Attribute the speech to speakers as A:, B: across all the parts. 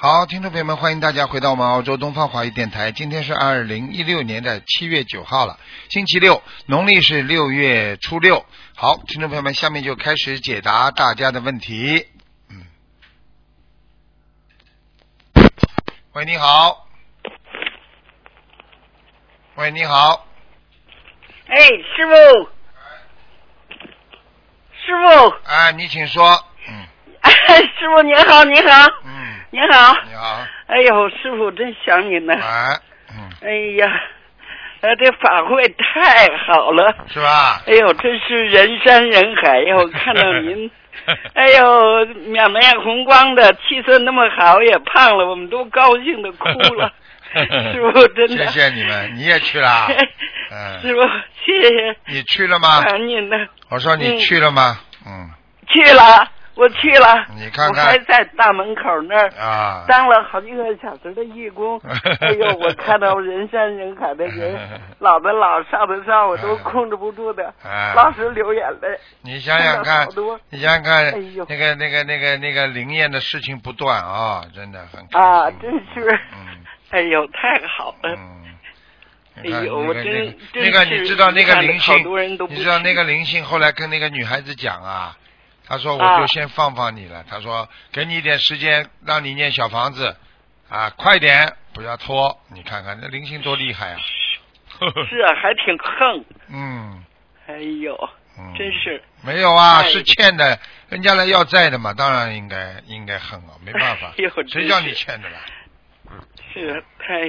A: 好，听众朋友们，欢迎大家回到我们澳洲东方华语电台。今天是二零一六年的七月九号了，星期六，农历是六月初六。好，听众朋友们，下面就开始解答大家的问题。嗯，喂，你好。喂，你好，
B: 哎，师傅，师傅， 哎
A: 哎，你请说。嗯
B: 师傅您好，您好，
A: 嗯，
B: 您好，
A: 你好，
B: 哎呦，师傅真想你呢，
A: 哎，嗯，
B: 哎呀，呃，这法会太好了，
A: 是吧？，
B: 哎呦，真是人山人海呀！我看到您，哎呦，两面红光的，气色那么好，也胖了，我们都高兴的哭了 师傅真的，
A: 谢谢你们，你也去 啦？
B: 师
A: 啊嗯，
B: 傅谢谢，
A: 你去了吗？
B: 想你呢。
A: 我说你
B: 嗯
A: 去了吗？嗯
B: 去了，我去了。
A: 你看看
B: 我还在大门口那儿
A: 啊，。
B: 当了好几个小时的义工 哎呦，我看到人山人海的 人，老的老，少的少，我都控制不住的，
A: 哎
B: 老是流眼泪。
A: 你想想
B: 看到
A: 看
B: 好多，
A: 你想想看
B: 哎呦，
A: 那个那个那个那个灵验的事情不断啊，真的很开心
B: 啊，真是
A: 嗯，
B: 哎呦，太好了。
A: 嗯。
B: 哎
A: 你
B: 呦
A: 看
B: 我
A: 那个
B: 真
A: 那个，
B: 真是
A: 你知道那个
B: 看得
A: 灵性
B: 好多人都，不
A: 你知道
B: 去
A: 那个灵性后来跟那个女孩子讲啊，他说我
B: 啊
A: 就先放放你了，他说给你一点时间，让你念小房子，啊，快点，不要拖，你看看那灵性多厉害啊！
B: 是啊，还挺横。
A: 嗯，
B: 哎呦，
A: 嗯
B: 真是
A: 没有啊，
B: 哎
A: 是欠的，人家来要债的嘛，当然应该应该恨啊，没办法
B: 哎呦，真
A: 谁叫
B: 是
A: 你欠的啦？
B: 是啊太，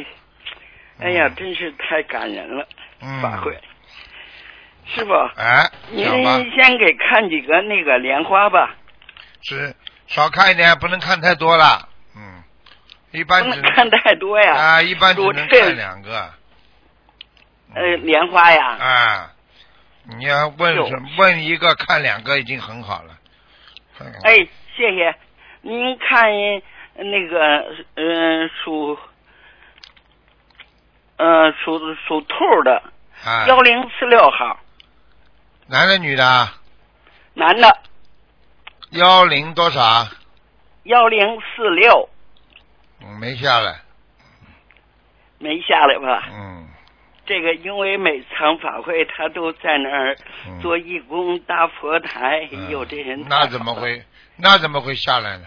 B: 哎呀，
A: 嗯
B: 真是太感人了，
A: 嗯，
B: 法会。师傅，
A: 哎，
B: 您
A: 讲吧，
B: 先给看几个那个莲花吧。
A: 是少看一点，不能看太多了，嗯，一般
B: 不
A: 只
B: 能 看太多呀。
A: 啊，一般只
B: 我
A: 能
B: 这
A: 看两嗯个。
B: 呃，莲花呀，
A: 啊，你要问
B: 有
A: 什问一个看两个已经很好了。很好
B: 哎，谢谢您看呃那个嗯、呃、属呃属属兔的
A: 啊，
B: 幺零四六号
A: 男的女的啊？
B: 男的
A: 幺零多少啊？
B: 幺零四六
A: 嗯没下来。
B: 没下来吧？
A: 嗯
B: 这个因为每场法会他都在那儿
A: 嗯。
B: 做义工搭佛台，
A: 嗯
B: 有这人
A: 那
B: 太
A: 怎
B: 好
A: 么
B: 了？
A: 会？那怎么会下来呢？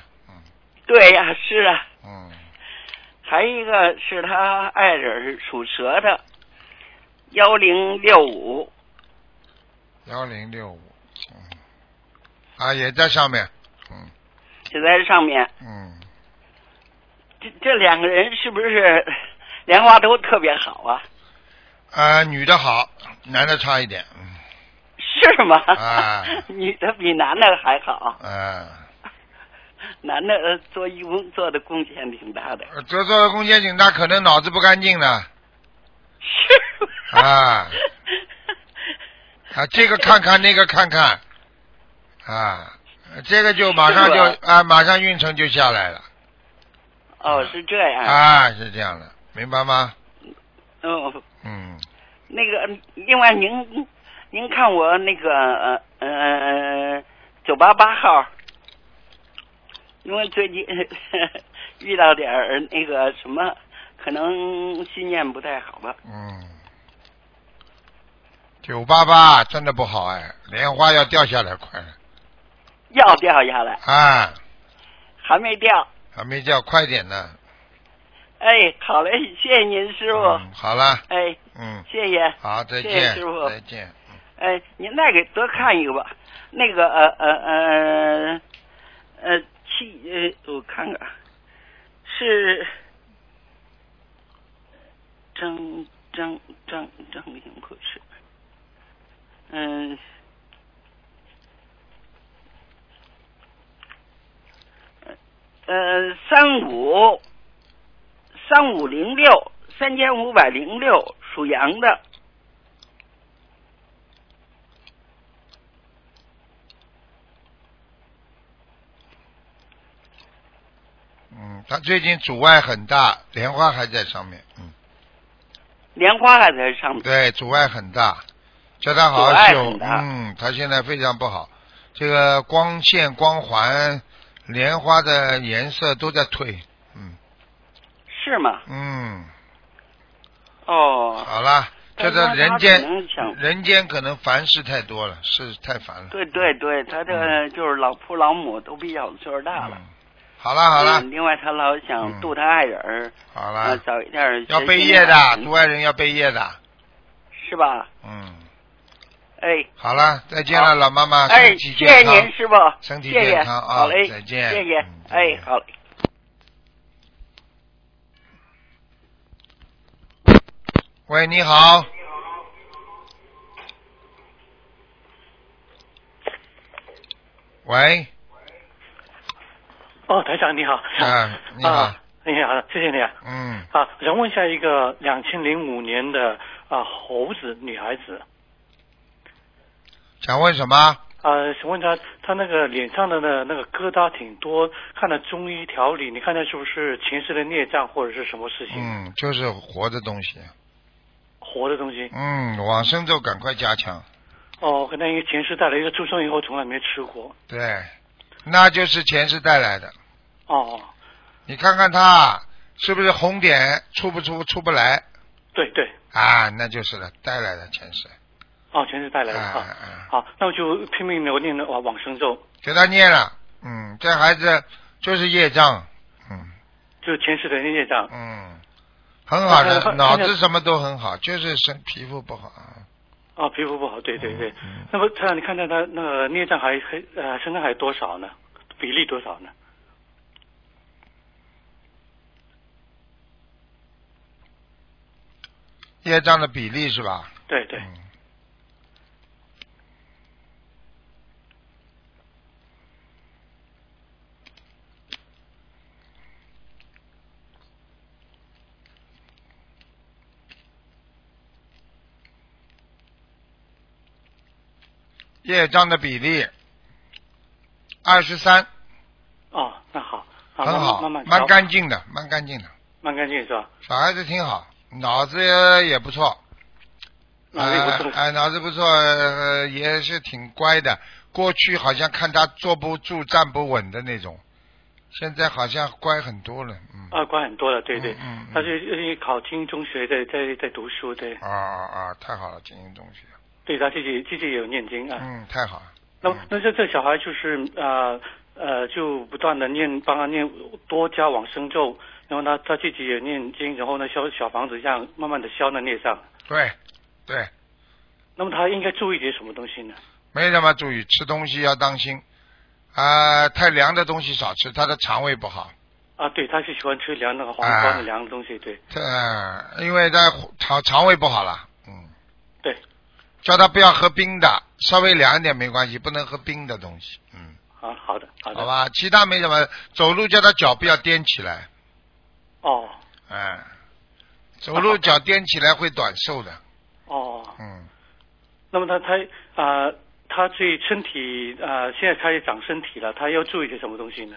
B: 对呀、是啊，
A: 嗯，
B: 还一个是他爱人属蛇的，幺零六五，
A: 幺零六五。嗯，啊，也在上面。嗯
B: 写在上面。
A: 嗯，
B: 这这两个人是不是莲花都特别好啊？
A: 啊，女的好，男的差一点。嗯
B: 是吗？
A: 啊
B: 女的比男的还好，
A: 啊，
B: 男的呃做义工做的贡献挺大的。
A: 德州的空间警察可能脑子不干净呢。
B: 是吗？
A: 啊啊，这个看看，那个看看，啊，这个就马上就是啊，马上运程就下来了
B: 哦，是这样。
A: 啊，是这样的，明白吗？
B: 哦，
A: 嗯，
B: 那个，另外您您看我那个呃呃九八八号，因为最近 遇到点儿那个什么，可能信念不太好吧。
A: 嗯，九八八真的不好哎，莲花要掉下来快了
B: 要掉下来，
A: 啊，
B: 还没掉。
A: 还没叫快点呢。
B: 哎，好嘞，谢谢您师傅。
A: 嗯好了，
B: 哎，
A: 嗯，
B: 谢谢。
A: 好，再
B: 谢
A: 见，
B: 谢师傅
A: 再见。
B: 哎，您再给多看一个吧。那个呃呃呃呃七呃，我看看，是张张张张明不是？嗯。呃，三五三五零六，三千五百零六，属羊的。
A: 嗯，他最近阻碍很大，莲花还在上面。嗯，
B: 莲花还在上面。
A: 对，阻碍很大，叫他好
B: 阻
A: 好
B: 碍
A: 修
B: 很。大
A: 嗯，他现在非常不好，这个光线、光环、莲花的颜色都在退。嗯，
B: 是吗？
A: 嗯，
B: 哦，
A: 好了，这
B: 但
A: 个
B: 是
A: 人
B: 他
A: 间
B: 只能想
A: 人间可能烦事太多了，事太烦了。
B: 对对对，他这就是老父老母都比较岁数大了。
A: 嗯，好了好了
B: 嗯另外，他老想度他爱人儿，
A: 好
B: 呃
A: 了，
B: 早一点儿
A: 要
B: 学
A: 背
B: 习
A: 业
B: 养
A: 的，
B: 成
A: 读爱人要背业的。
B: 是吧？
A: 嗯，
B: 哎，
A: 好了，再见了，
B: 好
A: 老妈妈，
B: 哎，
A: 啊身体
B: 谢
A: 健
B: 谢
A: 康。
B: 您师傅，
A: 身体
B: 谢谢，
A: 健康啊
B: 好嘞，
A: 再见
B: 谢谢
A: 嗯，再
B: 哎
A: 见，
B: 好嘞。
A: 喂，你好。喂，
C: 哦，台长你好。
A: 啊你好
C: 啊你好，谢谢你啊。
A: 嗯，
C: 啊，我想问一下一个两千零五年的啊猴子女孩子，
A: 想问什么？
C: 啊，想问她她那个脸上的那那个疙瘩挺多，看了中医调理，你看她是不是前世的孽障或者是什么事情？
A: 嗯，就是活的东西。
C: 活的东西。
A: 嗯，往生咒赶快加强。
C: 哦，可能一个前世带来一个出生以后从来没吃过。
A: 对，那就是前世带来的。
C: 哦，哦
A: 你看看他是不是红点出不出出不来
C: 对对，
A: 啊？那就是了，带来的前世。
C: 哦，前世带来的
A: 啊
C: 啊。
A: 啊，
C: 好，那我就拼命的念了哦往往生咒，
A: 给他念了。嗯，这孩子就是业障。嗯。
C: 就是前世的孽障。
A: 嗯，很好
C: 那
A: 的，
C: 他
A: 脑子
C: 那
A: 什么都很好，就是身皮肤不好啊。
C: 哦，皮肤不好，对对对。
A: 嗯
C: 那么他让你看到他那个孽障还还呃身上还有多少呢？比例多少呢？
A: 业障的比例是吧？
C: 对对，
A: 嗯业障的比例二十三，
C: 哦，那好，好
A: 很好，
C: 慢慢慢慢
A: 蛮
C: 调
A: 干净的，蛮干净的，
C: 蛮干净是吧？
A: 小孩子挺好，脑子也也不错，
C: 脑力不错
A: 呃，呃脑子不错、呃也是挺乖的。过去好像看他坐不住、站不稳的那种，现在好像乖很多了。嗯，
C: 啊，乖很多了，对对
A: 嗯，嗯嗯
C: 他就因为考精英中学在在在读书，对
A: 啊啊啊！太好了，精英中学，
C: 对，他自己自己也有念经啊。
A: 嗯，太好了。
C: 那么那这这小孩就是呃呃，就不断的念，帮他念多加往生咒，然后他他自己也念经，然后呢消小房子这样慢慢的消那孽障。
A: 对，对，
C: 那么他应该注意点什么东西呢？
A: 没什么注意，吃东西要当心啊、太凉的东西少吃，他的肠胃不好。
C: 啊，对，他是喜欢吃凉那个黄
A: 啊
C: 瓜的凉的东西，对
A: 他、因为他肠肠胃不好了，嗯，
C: 对。
A: 叫他不要喝冰的，稍微凉一点没关系，不能喝冰的东西，嗯。
C: 啊，好的，好的，
A: 好吧，其他没什么。走路叫他脚不要踮起来，
C: 哦
A: 哎，走路脚踮起来会短寿的。
C: 哦，
A: 嗯，
C: 那么他他啊、他对身体啊、现在开始长身体了，他要注意些什么东西呢？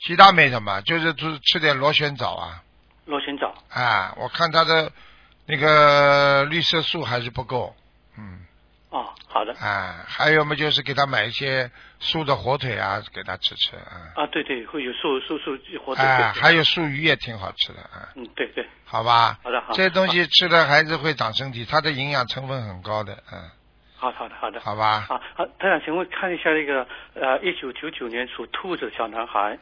A: 其他没什么，就是吃吃点螺旋藻啊，
C: 螺旋藻
A: 啊，我看他的那个绿色素还是不够，嗯，
C: 哦，好的
A: 啊，还有么就是给他买一些素的火腿啊，给他吃吃啊，
C: 啊，对对，会有素素素活动，
A: 啊，
C: 对对
A: 还有素鱼也挺好吃的啊，
C: 嗯，对对，
A: 好吧，
C: 好的好的
A: 这些东西吃了孩子会长身体，它的营养成分很高的，嗯，
C: 好好的好的。
A: 好吧，
C: 啊，好，他想请问看一下那个呃，一九九九年属兔子的小男孩，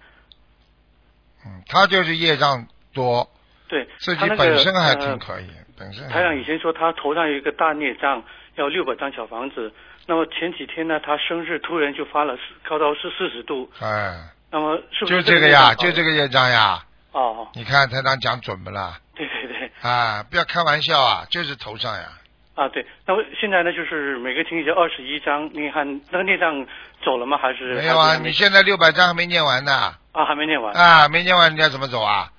A: 嗯，他就是业障多，
C: 对，
A: 自己
C: 他那个
A: 本身还
C: 呃
A: 挺可以，本身
C: 台长以
A: 还
C: 前说他头上有一个大孽障，要六百张小房子。那么前几天呢，他生日突然就发了四高到是四十度，
A: 哎，
C: 那么呃是不
A: 就是这
C: 个
A: 个呀，就这
C: 个
A: 个业障呀，
C: 哦，
A: 你看台长讲准不啦？
C: 对对对
A: 啊，不要开玩笑啊，就是头上呀，
C: 啊对。那么现在呢，就是每个星期二十一张，你看那个孽障走了吗？还是
A: 没有啊，
C: 还是还没
A: 你现在六百章还没念完呢，
C: 啊还没念完
A: 啊，没念完人家怎么走啊？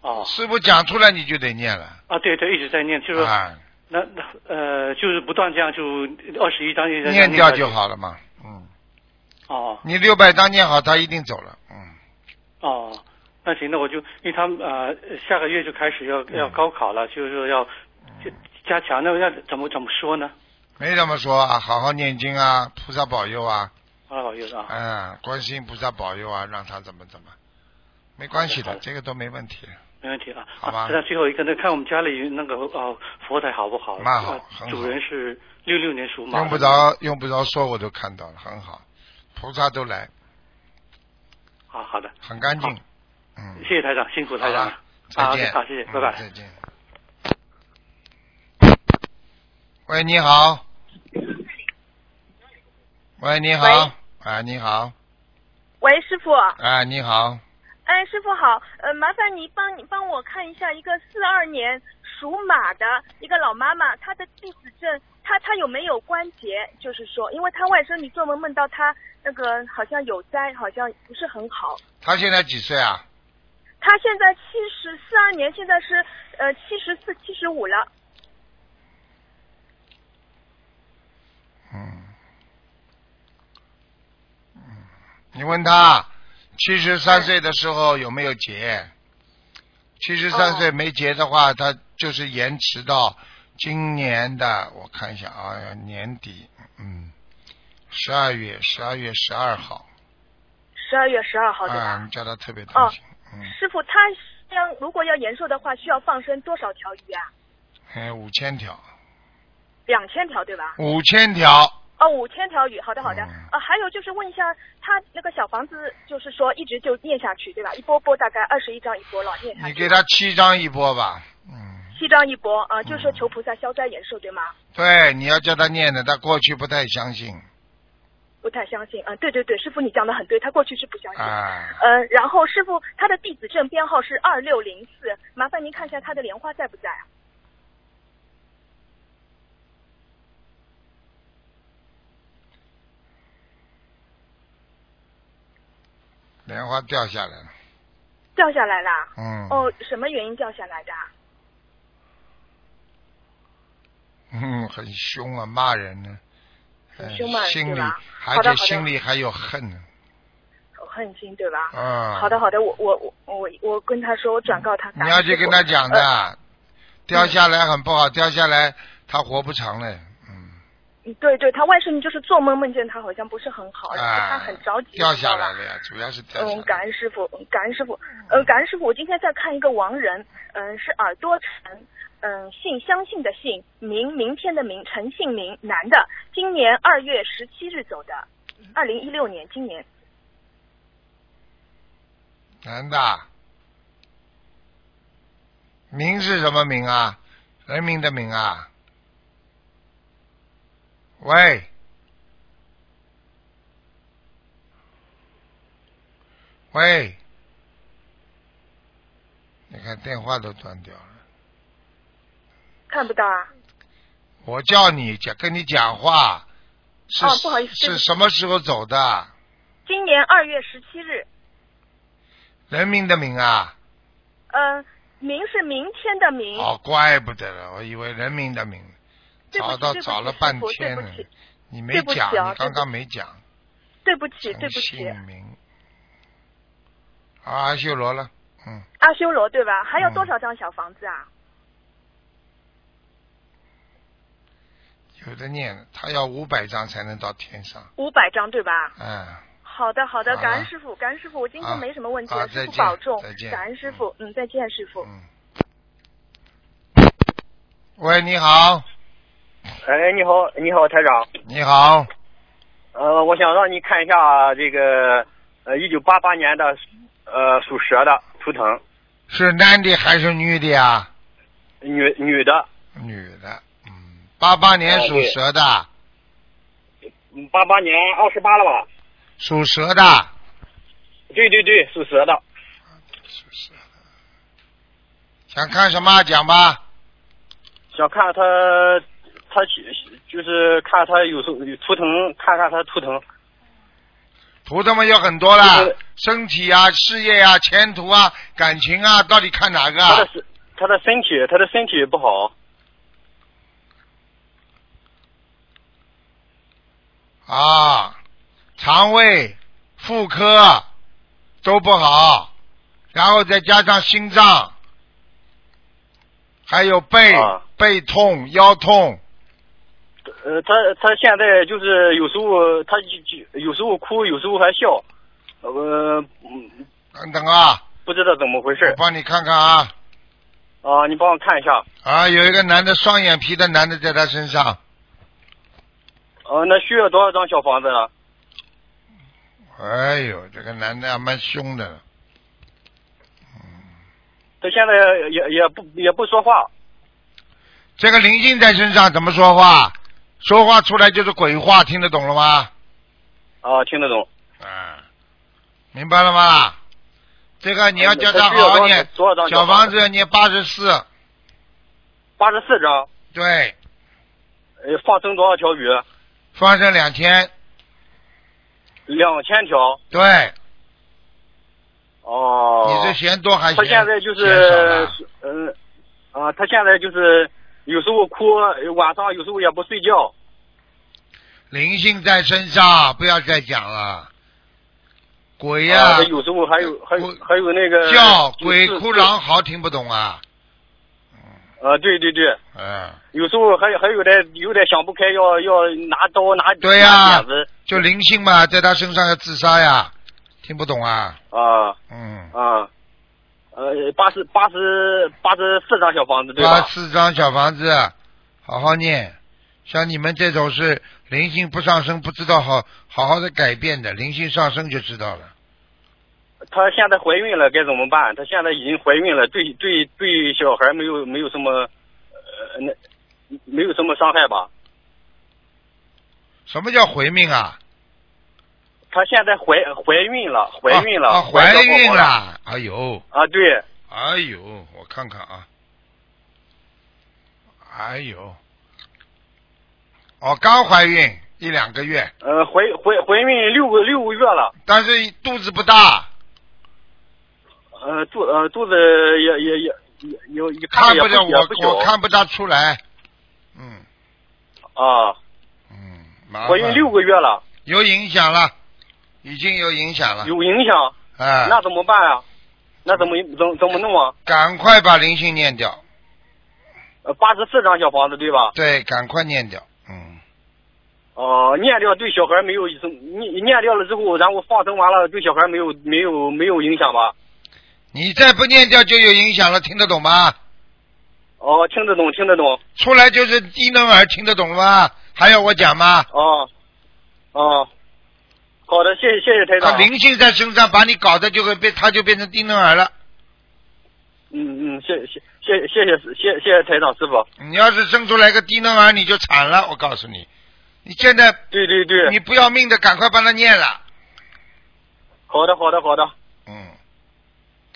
C: 哦
A: 师傅讲出来你就得念了，
C: 啊对对，一直在念，就是说、
A: 啊，
C: 那那呃就是不断这样就二十一张一直在
A: 念掉
C: 下去
A: 就好了嘛，嗯，
C: 哦
A: 你六百章念好，他一定走了，嗯，
C: 哦。那行，那我就因为他们呃下个月就开始要
A: 嗯
C: 要高考了，就是说要就加强，那要怎么怎么说呢？
A: 没怎么说啊，好好念经啊，菩萨保佑啊，
C: 啊，好意思啊，
A: 嗯，观世音菩萨保佑啊，让他怎么怎么，没关系
C: 好
A: 的，
C: 的
A: 这个都没问题。
C: 没问题啊。
A: 好吧
C: 啊那最后一个，那看我们家里那个呃佛台好不好？
A: 蛮好
C: 呃
A: 很好
C: 主人是六六年属马。
A: 用不。着用不着说，我都看到了，很好，菩萨都来，
C: 好啊好的，
A: 很干净
C: 好。
A: 嗯，
C: 谢谢台长，辛苦台
A: 好
C: 长啊
A: 了。再见。
C: 好，好谢谢，
A: 嗯
C: 拜拜。
A: 再见。喂，你好。喂，你好
D: 喂。
A: 哎，你好。
D: 喂，师傅，
A: 哎，你好。
D: 哎，师傅好，呃，麻烦你帮你帮我看一下一个四二年属马的一个老妈妈，她的弟子症，她她有没有关节？就是说，因为她外甥女做梦梦到她那个好像有灾，好像不是很好。
A: 他现在几岁啊？
D: 她现在七十四二年，现在是呃七十四七十五了。
A: 嗯。你问他七十三岁的时候有没有结？七十三
D: 哦
A: 岁没结的话，他就是延迟到今年的，我看一下啊，年底，嗯，十二月，十二月十二号，
D: 十二月十二号对
A: 啊，
D: 吧？
A: 你叫他特别当
D: 哦
A: 心，嗯，
D: 师傅，她要如果要延寿的话，需要放生多少条鱼啊？
A: 哎，五千条，
D: 两千条对吧？
A: 五千条，
D: 哦，五千条鱼，好的好的。
A: 嗯
D: 呃，还有就是问一下，他那个小房子，就是说一直就念下去，对吧？一波波大概二十一张一波了，念下
A: 你
D: 去。
A: 给他七张一波吧，嗯，
D: 七张一波啊、呃就是说求菩萨消灾延寿，对吗？
A: 对，你要叫他念的，他过去不太相信，
D: 不太相信，嗯、对对对，师傅你讲的很对，他过去是不相信。
A: 啊，
D: 嗯、然后师傅他的弟子证编号是二六零四，麻烦您看一下他的莲花在不在啊？
A: 莲花掉下来了，
D: 掉下来啦。
A: 嗯，
D: 哦，什么原因掉下来的啊？
A: 嗯， 很凶啊，骂人呢、
D: 很
A: 哎
D: 凶骂人
A: 心
D: 对
A: 里
D: 吧
A: 而
D: 好的
A: 且
D: 好的
A: 心里还有恨呢，
D: 有恨心，对吧？
A: 啊，
D: 好的，好的，我我我我我跟他说，我转告他。
A: 你要去跟他讲的，
D: 呃
A: 掉下来很不好，掉下来他活不长了，嗯，
D: 嗯对对，他外甥女就是做梦梦见他好像不是很好，然后哦他
A: 啊，
D: 很着急，
A: 掉下来
D: 你知道吧。
A: 了呀，主要是掉下来了
D: 嗯，感恩师傅，嗯感恩师傅，呃，感恩师傅，我今天在看一个亡人，嗯、是耳朵陈，嗯、姓相信的姓，明明天的明，陈姓明，男的，今年二月十七日走的，
A: 嗯
D: 二零一六年，今年，
A: 男的，名是什么名啊？人民的名啊？喂，喂，你看电话都断掉了。
D: 看不到啊，
A: 我叫你讲跟你讲话，是、
D: 哦不好意思对
A: 是
D: 不起
A: 什么时候走的？
D: 今年二月十七日，
A: 人民的名啊？
D: 嗯、明是明天的明，
A: 哦，怪不得了，我以为人民的名，
D: 对不
A: 找到
D: 起，对不起，
A: 找了
D: 师
A: 半
D: 傅
A: 天
D: 对
A: 了
D: 不起，
A: 你没
D: 对不起
A: 讲，
D: 啊
A: 你刚刚没讲。
D: 对不起，
A: 陈
D: 对不起，
A: 姓名，啊，阿修罗了，嗯，
D: 阿修罗对吧？还有
A: 嗯
D: 多少张小房子啊？
A: 有的念了，他要五百张才能到天上，
D: 五百张对吧？
A: 嗯，
D: 好的，好的，
A: 好
D: 感
A: 了
D: 恩师傅，感恩师傅，我今
A: 啊
D: 天没什么问题
A: 啊
D: 了，师
A: 再
D: 傅
A: 见
D: 保重
A: 再见，
D: 感恩师傅，嗯，再见，师傅。
A: 嗯。喂，你好，
E: 哎，你好，你好，台长。
A: 你好，
E: 呃，我想让你看一下这个呃，一九八八年的呃属蛇的图腾，
A: 是男的还是女的呀？
E: 女女的，
A: 女的，嗯，八八年
E: 哦
A: 属
E: 对
A: 蛇的，
E: 八八年二十八了吧？
A: 属蛇的，
E: 对对对，属蛇的。
A: 属蛇的，想看什么讲吧？
E: 想看他，他就是看他有时候图腾，看看他图腾。
A: 图他妈有很多啦
E: 就是，
A: 身体啊、事业啊、前途啊、感情啊，到底看哪个啊？
E: 他的身他的身体，他的身体不好。
A: 啊，肠胃、妇科都不好，然后再加上心脏，还有背、
E: 啊
A: 背痛、腰痛，
E: 呃，他他现在就是有时候他就就有时候哭，有时候还笑。呃，嗯
A: 等等啊，
E: 不知道怎么回
A: 我
E: 事
A: 帮你看看啊
E: 啊、你帮我看一下。
A: 啊，有一个男的双眼皮的男的在他身上，
E: 呃，那需要多少张小房子啊呢？
A: 哎呦，这个男的还蛮凶的，
E: 他现在也也不也不说话，
A: 这个灵性在身上怎么说话？说话出来就是鬼话，听得懂了吗？
E: 啊、听得懂。
A: 啊，明白了吗？这个你要叫他
E: 嗯需要
A: 好好
E: 多少
A: 念，
E: 多少张
A: 小
E: 房
A: 房子要念八十四，
E: 八十四张，
A: 对，
E: 呃，放生多少条鱼？
A: 放生两天，
E: 两千条。
A: 对，
E: 哦。
A: 你是嫌多还是
E: 他
A: 嫌
E: 现在就
A: 嫌少
E: 是
A: 了，
E: 嗯、呃，啊，他现在就是有时候哭，呃晚上有时候也不睡觉。
A: 灵性在身上，不要再讲了。鬼哎呀、
E: 啊，他有时候还有还有
A: 鬼
E: 还有那个
A: 叫
E: 就是
A: 鬼哭狼嚎，听不懂啊？
E: 啊，对对对，
A: 嗯，
E: 有时候还还有点有点想不开，要要拿刀拿
A: 对呀
E: 拿剪子
A: 就灵性嘛，在他身上要自杀呀，听不懂啊？
E: 啊
A: 嗯，
E: 啊，呃，八十八十八十四张小房子对
A: 八
E: 吧？
A: 四张小房子，好好念。像你们这种是灵性不上升，不知道好好好的改变的，灵性上升就知道了。
E: 她现在怀孕了该怎么办？她现在已经怀孕了，对对对，小孩没有没有什么呃那没有什么伤害吧？
A: 什么叫回命啊？
E: 她现在怀怀孕了，怀孕了，
A: 啊，啊怀孕
E: 宝宝
A: 了！哎呦，
E: 啊！对，
A: 哎呦，我看看啊，哎呦，哦，刚怀孕一两个月，
E: 呃，怀怀怀孕六个六个月了，
A: 但是肚子不大，
E: 呃肚呃肚子也也也也也也
A: 看
E: 着
A: 不
E: 也
A: 着
E: 也
A: 我
E: 不，
A: 我
E: 小
A: 看不大出来。嗯
E: 啊，
A: 嗯，麻烦
E: 怀孕六个月了，
A: 有影响了，已经有影响了。
E: 有影响，
A: 哎，
E: 那怎么办啊？那怎么怎怎么弄啊？呃
A: 赶快把灵性念掉，
E: 八十四张小房子对吧？
A: 对，赶快念掉。嗯，
E: 哦、念掉对小孩没有什么念念掉了之后，然后放生完了对小孩没有没有没有影响吧？
A: 你再不念掉就有影响了，听得懂吗？
E: 哦、听得懂听得懂
A: 出来就是低能儿，听得懂了吗？还要我讲吗？
E: 哦哦、好的，谢谢谢谢台
A: 啊，
E: 长。
A: 灵性在身上把你搞的就会变，他就变成低能儿了。
E: 嗯嗯，谢谢谢谢谢谢谢谢台长师傅。
A: 你要是生出来个低能儿，你就惨了。我告诉你，你现在
E: 对对对，
A: 你不要命的，赶快帮他念了。
E: 好的好的好的，
A: 嗯，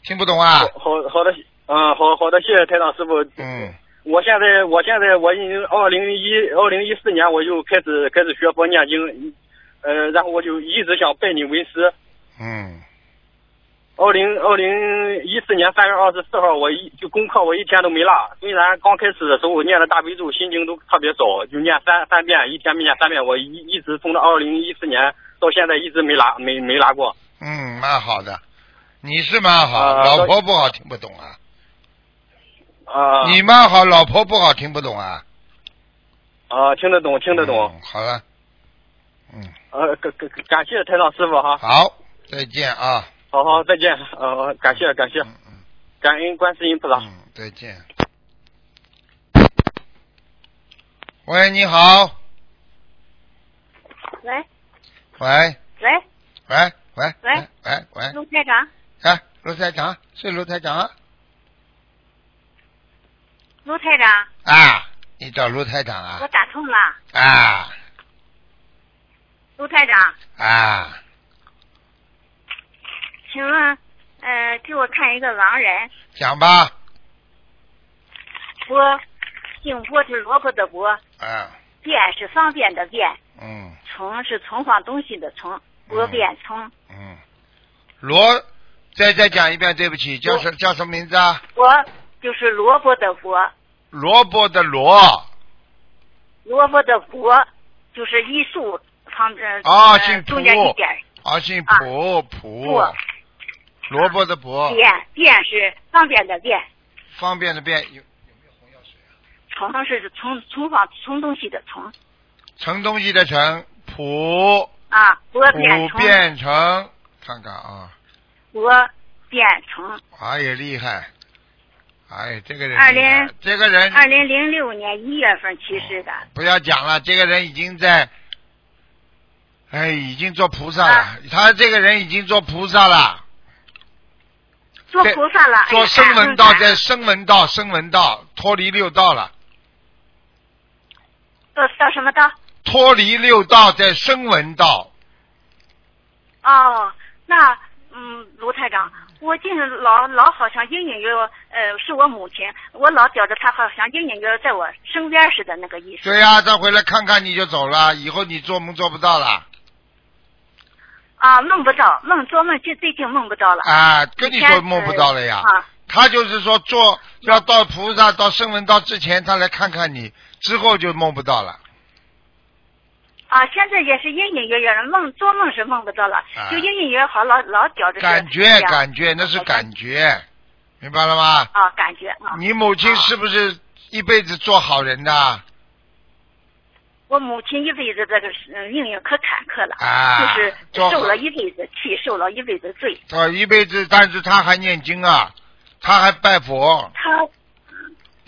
A: 听不懂啊
E: 好？好好的，嗯好好的，谢谢台长师傅。
A: 嗯，
E: 我现在，我现在，我已经二零一二零一四年我就开始开始学佛念经，呃，然后我就一直想拜你为师。
A: 嗯，
E: 二零二零一四年三月二十四号，我一就功课我一天都没落。虽然刚开始的时候我念的大悲咒、心经都特别少，就念三三遍，一天没念三遍。我一一直从二零一四年到现在一直没拉没没拉过。
A: 嗯，蛮好的，你是蛮好，
E: 啊
A: 老婆不好听不懂啊。
E: 啊、
A: 你蛮好，老婆不好听不懂啊。
E: 啊、听得懂，听得懂。
A: 嗯好了，嗯，
E: 呃，感感感谢台长师傅哈，
A: 好，再见啊。
E: 好好再见。呃，感谢感谢，
A: 嗯嗯
E: 感恩观世音菩萨。
A: 嗯，再见。喂，你好。
F: 喂
A: 喂
F: 喂，
A: 喂喂
F: 喂
A: 喂喂，
F: 陆台长，
A: 哎，卢台长是卢台长啊
F: 陆台长，
A: 啊，你找卢台长
F: 我
A: 啊
F: 打通了，
A: 啊
F: 陆台长，
A: 啊，
F: 请问，呃，给我看一个亡人，
A: 讲吧
F: 波，姓波是萝卜的波，
A: 啊，
F: 变是方便的变，
A: 嗯
F: 从是存放东西的从，波变从，
A: 嗯，罗，再再讲一遍，对不起，叫什叫什么名字啊？
F: 波就是萝卜的波，
A: 萝卜的萝
F: 萝卜的波就是一竖旁边，
A: 啊
F: 呃
A: 姓
F: 中间
A: 蒲
F: 一点儿
A: 啊，姓
F: 啊
A: 卜卜
F: 卜，
A: 萝卜的卜，
F: 变变是方便的变，
A: 方便的便，有
F: 从是从存放存东西的从，
A: 盛东西的盛，普
F: 啊，波变
A: 普
F: 从。
A: 变成，看看啊，
F: 我变成。
A: 哎呀，厉害！哎，这个人
F: 二
A: 厉害
F: 零
A: 这个哦人
F: 二零零六年一月份去世的，
A: 不要讲了，这个人已经在，哎，已经做菩萨了。
F: 啊
A: 他这个人已经做菩萨了，
F: 做
A: 对
F: 菩萨了，哎
A: 做
F: 生
A: 声闻道，在声闻道、声闻道脱离六道了，
F: 做到什么道？
A: 脱离六道在声闻道。
F: 哦，那嗯，卢台长，我竟然老老好像隐隐约约，呃，是我母亲，我老觉得她好像隐隐约约在我身边似的那个意思。
A: 对呀、他回来看看你就走了，以后你做梦做不到了
F: 啊，梦不到，梦做梦就最近梦不到了。
A: 啊！跟你说梦不到了呀。
F: 啊，
A: 他就是说做要到菩萨到声闻道之前，他来看看你，之后就梦不到了。
F: 啊，现在也是隐隐约约的梦，做梦是梦不到了，
A: 啊
F: 就隐隐约约好老老觉着是
A: 感觉
F: 这样
A: 感觉那是感觉，明白了吗？
F: 啊，感觉啊，
A: 你母亲是不是一辈子做好人的？
F: 我母亲一辈子这个嗯命运可坎坷了，
A: 啊
F: 就是
A: 做好
F: 受了一辈子气，受了一辈子罪。
A: 啊，一辈子，但是她还念经啊，她还拜佛，
F: 他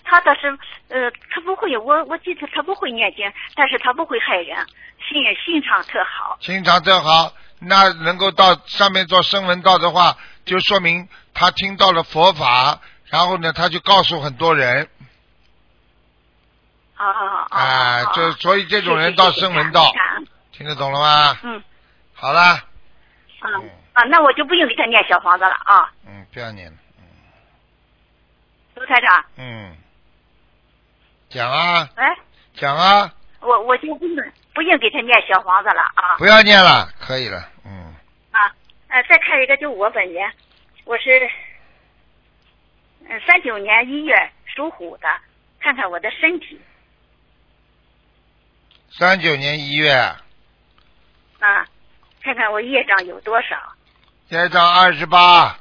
F: 他倒是呃，他不会，我我记得他不会念经，但是他不会害人，心心肠特好。
A: 心肠正好。那能够到上面做声闻道的话，就说明她听到了佛法，然后呢，她就告诉很多人
F: 啊啊啊！
A: 啊，就所以这种人到声闻道，听得懂了吗？
F: 嗯
A: 好啦，
F: 啊啊，那我就不用给他念小房子了啊，
A: 嗯，不要念了，
F: 卢台长，
A: 嗯，讲啊
F: 哎，
A: 讲啊，
F: 我我就不用不用给他念小房子了啊
A: 不要念了，可以了，嗯，
F: 啊，呃，再看一个，就我本人，我是嗯三九年一月属虎的，看看我的身体
A: 三九年一月，
F: 啊，看看我业障有多少
A: 业障二十八，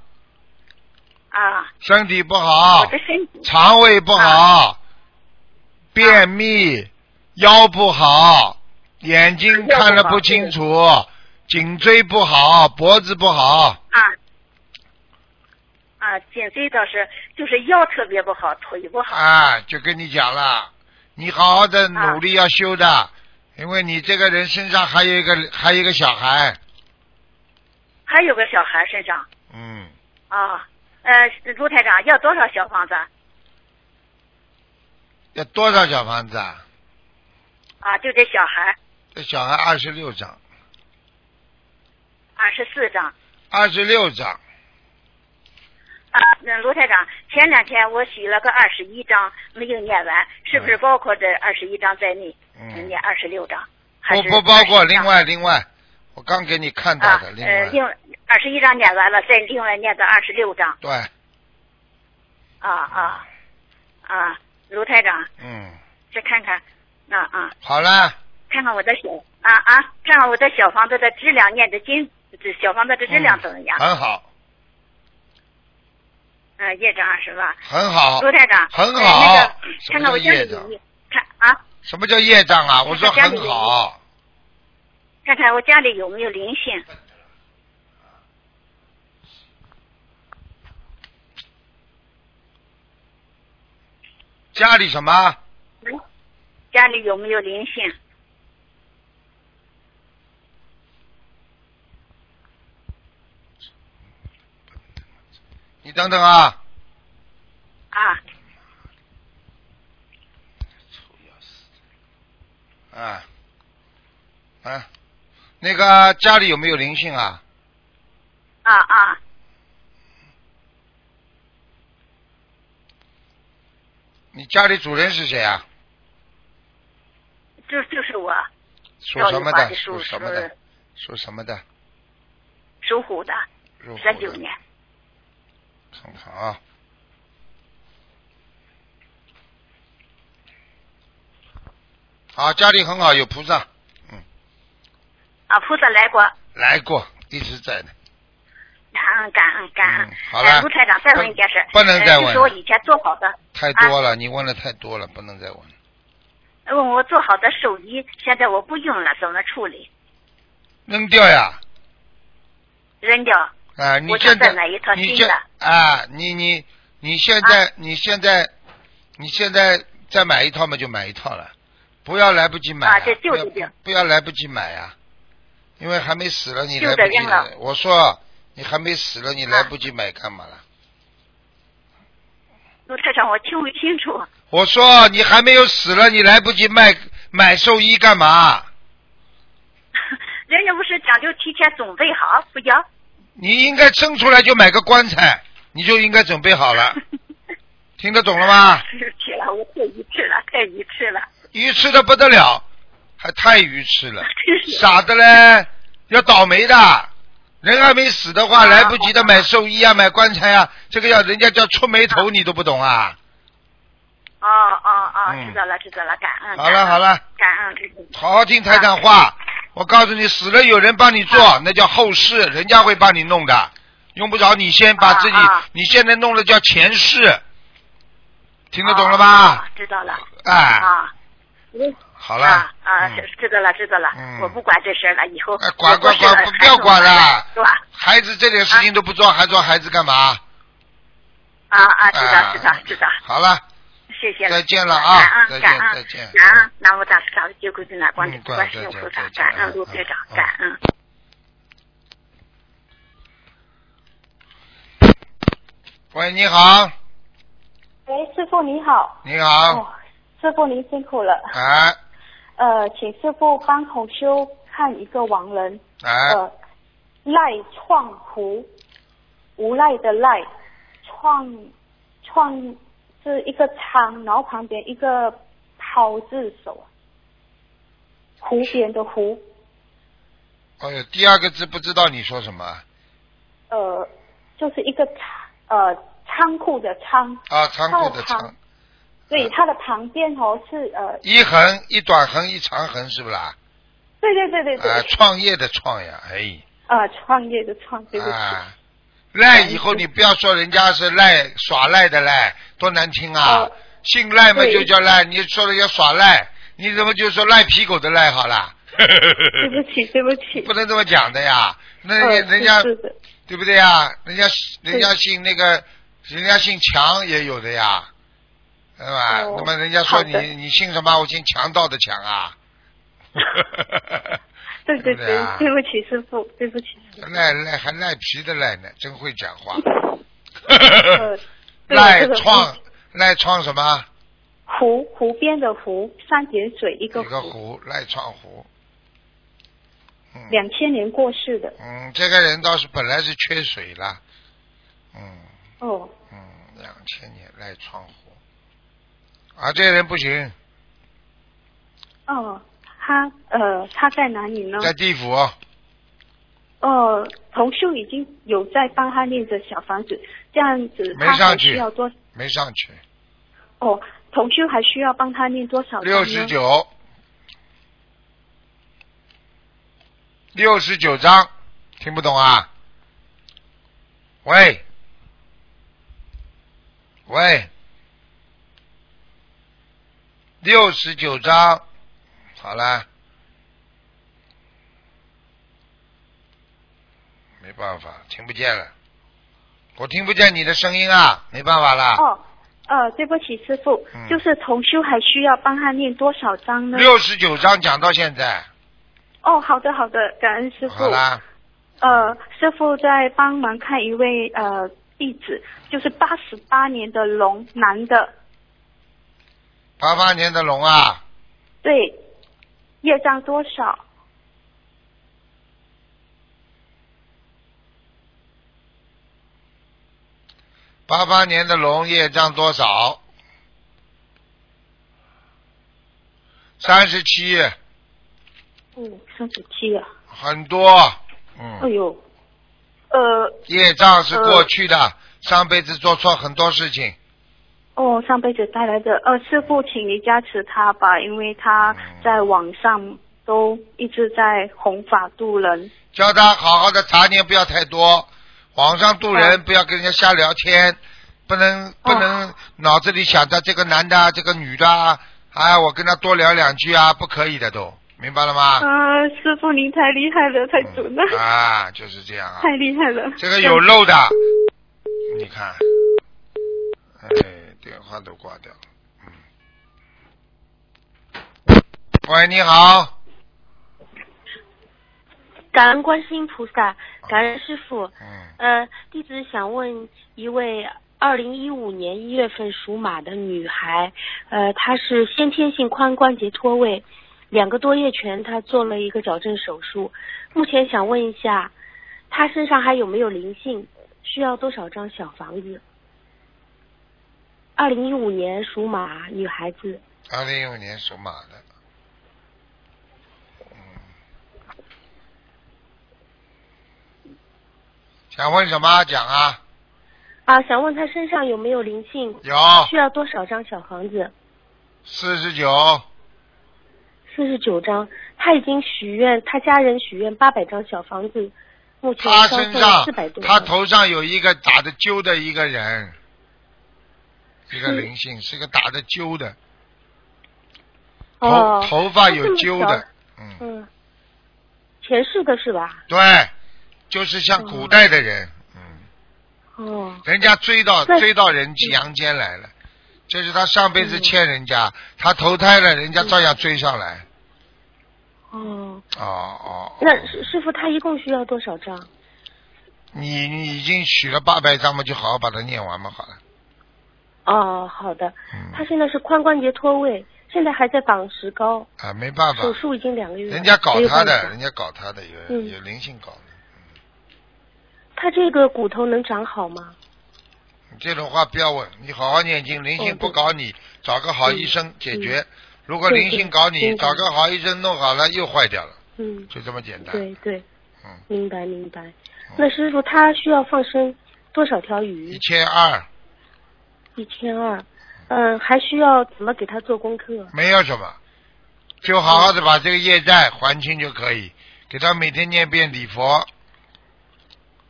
F: 啊。
A: 身体不好
F: 我的，身体啊
A: 肠胃不好，便秘，腰不好，眼睛看了不清楚，颈椎不好，脖子不好，
F: 啊啊，颈椎倒是就是腰特别不好，腿不好
A: 啊，就跟你讲了，你好好的
F: 啊
A: 努力要修的，因为你这个人身上还有一个还有一个小孩，
F: 还有个小孩身上
A: 嗯，
F: 啊。呃，卢台长要多少小房子
A: 要多少小房子啊？
F: 啊？就这小孩
A: 这小孩二十六张，
F: 二十四张
A: 二十六张，
F: 啊。那卢台长，前两天我许了个二十一张，没有念完，是不是包括这二十一张在内？
A: 嗯
F: 念二十六张。还
A: 不
F: 是
A: 不包括
F: 21
A: 另
F: 张
A: 外另外，我刚给你看到
F: 啊
A: 的，另
F: 呃，
A: 外
F: 另二十一张念完了，再另外念个二十六张
A: 对，
F: 啊啊啊！卢台长，
A: 嗯，
F: 再看看，啊啊，
A: 好了，
F: 看看我的小啊啊，看看我的小房子的质量、念的经，这小房子的质量怎么样？
A: 很好，
F: 嗯，业障是吧？
A: 很好，
F: 卢台长，
A: 很
F: 哎
A: 好
F: 那个
A: 什么
F: 看看我
A: 叫
F: 家
A: 业
F: 里
A: 障
F: 看啊，
A: 什么叫业障啊？我说
F: 家里
A: 很好，
F: 看看我家里有没有灵性
A: 家里什么？
F: 嗯，家里有没有灵性？
A: 你等等啊，
F: 啊，
A: 啊，啊，那个家里有没有灵性啊？
F: 啊啊
A: 你家里主人是谁啊？
F: 就就是我，
A: 属
F: 赵
A: 什
F: 丽
A: 么
F: 华
A: 的？
F: 属
A: 属什么的？属什么的？
F: 属虎的，
A: 入
F: 三
A: 虎
F: 九
A: 的
F: 年
A: 看看啊。好，啊家里很好，有菩萨
F: 啊，菩萨来过，
A: 来过，一直在的。
F: 感恩感恩感恩
A: 嗯。好
F: 哎
A: 了
F: 卢台长，再问一件事，
A: 不不能
F: 呃
A: 再问
F: 就是我以前做好的，
A: 太多
F: 啊
A: 了，你问的太多了，不能再问了。
F: 问呃我做好的手机，现在我不用了，怎么处理？
A: 扔掉呀，
F: 扔掉
A: 啊，你
F: 我想
A: 现在
F: 再买一套
A: 你
F: 新
A: 现
F: 的啊
A: 啊，你你你现在、你现在你现在再买一套嘛，就买一套了，不要来不及买、
F: 啊对
A: 哎不
F: 就
A: 要
F: 这个
A: 不要来不及买啊，因为还没死了，你
F: 就
A: 来不
F: 得
A: 及
F: 扔了啊
A: 我说你还没死了，你来不及买干嘛了？
F: 卢台长，我听不清楚。
A: 我说你还没有死了，你来不及卖买寿衣干嘛？
F: 人家不是讲究提前准备好，不要。
A: 你应该生出来就买个棺材，你就应该准备好了，听得懂了吗？
F: 是去了，我太愚痴了，太愚痴了。
A: 愚痴的不得了，还太愚痴了，
F: 真是
A: 傻的嘞，要倒霉的。人还没死的话，
F: 啊
A: 来不及的买寿衣啊，买棺材啊，这个要人家叫出眉头，你都不懂啊。
F: 哦哦哦，
A: 嗯
F: 知道了，知道了，感恩。
A: 好了好了，
F: 感恩。感恩。
A: 好好听台长话。我告诉你，死了有人帮你
F: 啊
A: 做，那叫后事，人家会帮你弄的，用不着你先把自己
F: 啊啊，
A: 你现在弄了叫前世，听得懂了吧
F: 哦？？知道了。
A: 哎，
F: 啊。
A: 好
F: 好
A: 了，
F: 啊啊，
A: 嗯
F: 知知道了，知道了
A: 嗯。
F: 我不管这事儿了，以后
A: 哎管
F: 我过
A: 管
F: 世了啊
A: 管
F: 还
A: 不要管
F: 是我
A: 了
F: 是吧？
A: 孩子这点事情都不做，还做孩子干嘛？
F: 啊啊，知道
A: 啊
F: 知道知道，
A: 好了，
F: 谢谢了。
A: 再见了啊
F: 感
A: 再
F: 恩
A: 见
F: 感恩
A: 再见
F: 感恩南无大慈大悲救苦救难广大
A: 嗯观
F: 观世音
A: 再见
F: 菩萨
A: 再，见
F: 感恩卢队长
A: 嗯，
F: 感恩。
A: 喂，你好，
G: 喂，哎师傅你好。
A: 你好，
G: 哦，师傅您辛苦了。
A: 哎
G: 呃，请师傅帮同修看一个亡人，
A: 哎，
G: 呃，赖创胡，无赖的赖，创创是一个仓，然后旁边一个抛字手，啊湖边的湖，
A: 哎呦，第二个字不知道你说什么
G: 呃，就是一个仓呃仓库的仓，
A: 啊？仓库的
F: 哦
G: 靠
A: 仓
G: 旁，对，它的旁边哦是呃，
A: 一横一短横一长横是不啦？
G: 对对对对对，
A: 啊，创业的创呀，哎，
G: 呃，创业的创，对不起。
A: 啊，赖以后你不要说人家是赖耍赖的赖，多难听啊
G: 哦！
A: 姓赖嘛
G: 对
A: 就叫赖，你说人家耍赖，你怎么就说赖皮狗的赖好啦？
G: 对不起，对不起。
A: 不能这么讲的呀，那
G: 呃
A: 人人家
G: 是的，
A: 对不对呀？人家人家姓那个，人家姓强也有的呀，对吧？
G: 哦
A: 那么人家说
G: 好的
A: 你你姓什么？我姓强盗的强 啊。
G: 对
A: 对
G: 对
A: 不对啊
G: 对，对不起，师傅，对不起。
A: 赖赖还赖皮的赖呢，真会讲话。
G: 呃，对
A: 赖
G: 这个
A: 创赖创什么？
G: 湖湖边的湖，三点水一
A: 一
G: 个
A: 个湖，赖创湖。嗯
G: 两千年过世的。
A: 嗯，这个人倒是本来是缺水了，嗯
G: 哦，
A: 嗯，两千年赖创湖。啊，这个人不行，
G: 哦，他呃他在哪里呢？
A: 在地府。
G: 哦，同修已经有在帮他念着小房子，这样子
A: 没
G: 他
A: 上
G: 还
A: 去
G: 需要多
A: 没上去，
G: 哦，同修还需要帮他念多少张呢？
A: 六十九，六十九章，听不懂啊？喂，喂，六十九章，好了，没办法，听不见了，我听不见你的声音啊，没办法了，
G: 哦，呃，对不起，师傅，
A: 嗯
G: 就是同修还需要帮他念多少张呢？
A: 六十九章讲到现在。
G: 哦，好的好的，感恩师傅
A: 好。啦，
G: 呃，师傅在帮忙看一位呃弟子，就是八十八年的龙男的，
A: 八八年的龙啊，
G: 对，业障多少？
A: 八八年的龙业障多少？三十七，
G: 哦，三十七啊，
A: 很多。
G: 哎
A: 嗯，
G: 呦，呃，
A: 业障是过去
G: 嗯
A: 的，上辈子做错很多事情。
G: 哦，上辈子带来的，呃，师傅，请你加持他吧，因为
A: 哦
G: 他在网上都一直在弘法度人。
A: 教他好好的杂念不要太多，网上渡人
G: 嗯
A: 不要跟人家瞎聊天，不
G: 啊
A: 能不能脑子里想着这个男的啊、这个女的啊，哎，我跟他多聊两句啊，不可以的都，明白了吗？
H: 啊，师傅您太厉害了，太准
G: 嗯
H: 了，
A: 啊，就是这样啊。
H: 太厉害了。
A: 这个有漏的，你看，哎，电话都挂掉了。嗯。喂，你好，
I: 感恩观世音菩萨，感恩师傅。
A: 嗯，
I: 呃，弟子想问一位二零一五年一月份属马的女孩，呃，她是先天性髋关节脱位，两个多月前她做了一个矫正手术，目前想问一下，她身上还有没有灵性？需要多少张小房子？二零一五年属马女孩子，
A: 二零一五年属马的，嗯，想问什么讲啊？
I: 啊，想问她身上有没有灵性？
A: 有
I: 需要多少张小房子？
A: 四十九，
I: 四十九张，他已经许愿，他家人许愿八百张小房子，目前
A: 他
I: 烧
A: 身
I: 了
A: 上
I: 四百多
A: 他
I: 张。
A: 头上有一个打着揪的一个人，一个灵性，是个打着揪的，头、
I: 哦，
A: 头发有揪
I: 他这么
A: 的
I: 小，
A: 嗯，
I: 嗯，前世的是吧？
A: 对，就是像古代的人，嗯，
I: 哦，
A: 人家追到
I: 那
A: 追到人阳间来了，这是他上辈
I: 嗯
A: 子欠人家，他投胎了，人家照样追上来，
I: 哦，
A: 哦哦，
I: 那师师傅他一共需要多少张？
A: 你你已经许了八百张嘛，就好好把它念完嘛，好了，
I: 哦，好的，他
A: 嗯，
I: 现在是髋关节脱位，现在还在绑石膏，
A: 啊，没办法
I: 手，术已经两个月了，
A: 人家搞
I: 没有
A: 他
I: 办
A: 的，
I: 法
A: 人家搞他的，有、
I: 嗯
A: 有灵性搞的。
I: 他这个骨头能长好吗？
A: 你这种话不要问，你好好念经，灵性
I: 哦
A: 不
I: 对
A: 搞你，找个好医生解决。如果
I: 对
A: 灵性搞你，
I: 对
A: 找个好医生弄好了又坏掉了，
I: 嗯，
A: 就这么简单。
I: 对对，
A: 嗯，
I: 明白明白。
A: 嗯
I: 那师傅他需要放生多少条
A: 一
I: 鱼？
A: 千二
I: 一千二。嗯，还需要怎么给他做功课？
A: 没有什么，就好好的把这个业债还清就可以。给他每天念遍礼佛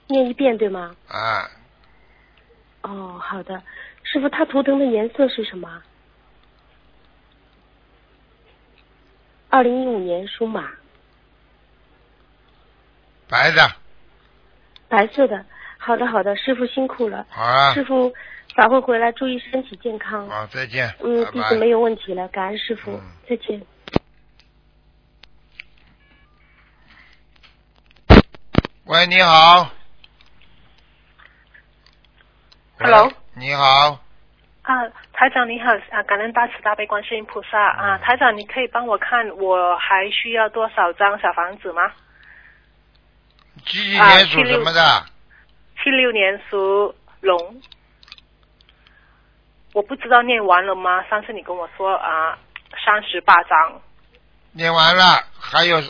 I: 念一遍对吗？
A: 啊，
I: 哦，好的。师傅，他图腾的颜色是什么？二零一五年属马，
A: 白的，
I: 白色的。好的，好的，师傅辛苦了。
A: 好啊
I: 师，傅，法会回来注意身体健康。
A: 好，再见，
I: 嗯，
A: 拜
I: 弟
A: 拜
I: 子。没有问题了，感恩师傅
A: 嗯，
I: 再见。
A: 喂，你好。喂
J: Hello
A: 你好，
J: 啊，台长你好啊，感恩大慈大悲观世音菩萨
A: 嗯
J: 啊，台长你可以帮我看我还需要多少张小房子吗？
A: 几几
J: 啊
A: 年属
J: 76
A: 什么的？
J: 七六年属龙，我不知道念完了吗？上次你跟我说啊，三十八张，
A: 念完了，还有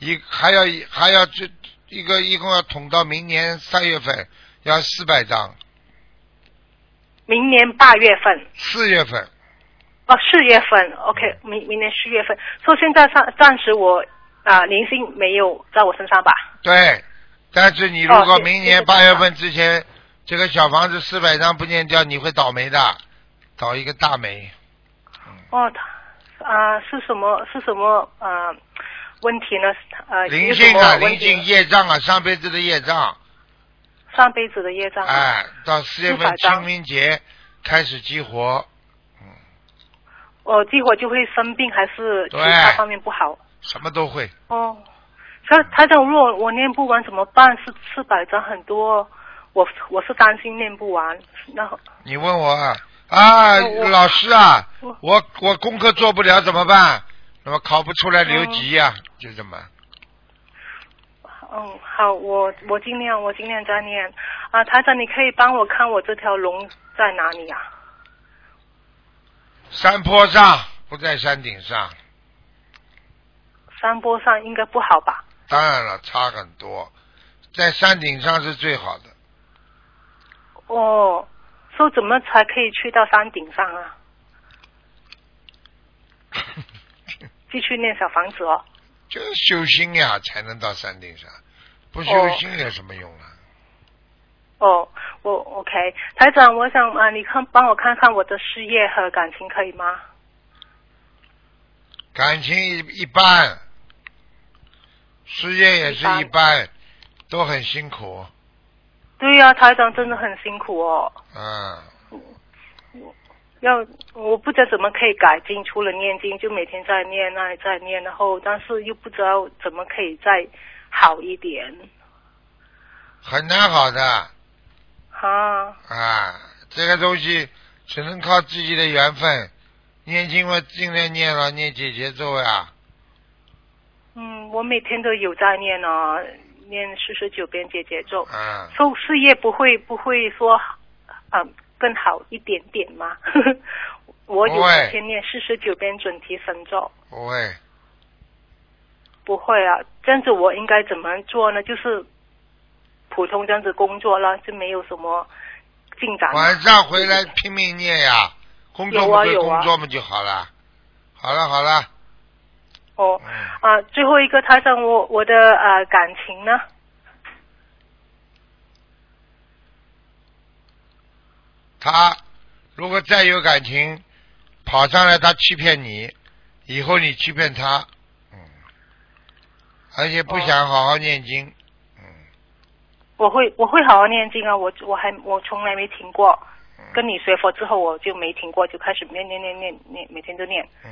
A: 一还要一还要这一个一共要捅到明年三月份，要四百张，
J: 明年八月份
A: 四月份
J: 哦，四月份，OK，明明年四月份，说现在暂暂时我啊灵性没有在我身上吧？
A: 对。但是你如
J: 哦
A: 果
J: 谢
A: 明
J: 谢
A: 年
J: 谢
A: 八
J: 台
A: 月
J: 长
A: 份之前，这个小房子四百张不念掉，你会倒霉的，倒一个大霉。
J: 哦，他啊是什么是什么啊问题呢？呃，
A: 灵
J: 有
A: 性
J: 什
A: 啊，
J: 么
A: 灵
J: 问题
A: 性业障啊，上辈子的业障，
J: 上辈子的业障。啊
A: 哎，到四月份
J: 400张
A: 清明节开始激活，
J: 我激活哦就会生病，还是其
A: 对
J: 他方面不好？
A: 什么都会。
J: 哦，他他讲，如果我念不完怎么办？是四百张很多，我我是担心念不完，然后
A: 你问我啊，啊，
J: 我我
A: 老师啊
J: 我，
A: 我我功课做不了怎么办？那么考不出来留级呀、就这么。
J: 嗯，好，我我尽量我尽量再念啊。台长，你可以帮我看我这条龙在哪里啊？
A: 山坡上不在山顶上，
J: 山坡上应该不好吧？
A: 当然了，差很多，在山顶上是最好的。
J: 哦，说怎么才可以去到山顶上啊？继续念小房子哦。
A: 就是修心呀，才能到山顶上，不修心有什么用啊？
J: 哦，我 OK，台长，我想啊，你看帮我看看我的事业和感情可以吗？
A: 感情一一般，事业也是一般，都很辛苦。
J: 对呀、台长真的很辛苦哦。
A: 嗯，
J: 要我不知道怎么可以改进，除了念经，就每天在念那在念，然后但是又不知道怎么可以再好一点
A: 很难好的
J: 啊。
A: 啊，这个东西只能靠自己的缘分。念经嘛，尽量念了，念姐姐咒呀、
J: 嗯，我每天都有在念啊，念四十九遍解节咒，
A: 啊，
J: 受事业不会不会说啊、更好一点点吗？ 我有
A: 不会
J: 每天念四十九遍准提神咒，
A: 不会，
J: 不会啊，这样子我应该怎么做呢？就是普通这样子工作了，就没有什么进展。
A: 晚上回来拼命念呀，工作
J: 有
A: 嘛
J: 啊
A: 对
J: 有啊
A: 工作嘛就好了。好了好了，
J: 哦，
A: 嗯
J: 啊，最后一个，他让我我的呃感情呢？
A: 他如果再有感情，跑上来他欺骗你，以后你欺骗他，嗯，而且不想好好念经，
J: 我会我会好好念经啊，我我还我从来没停过。
A: 嗯
J: 跟你学佛之后，我就没停过，就开始念念念念念，每天都念。
A: 嗯，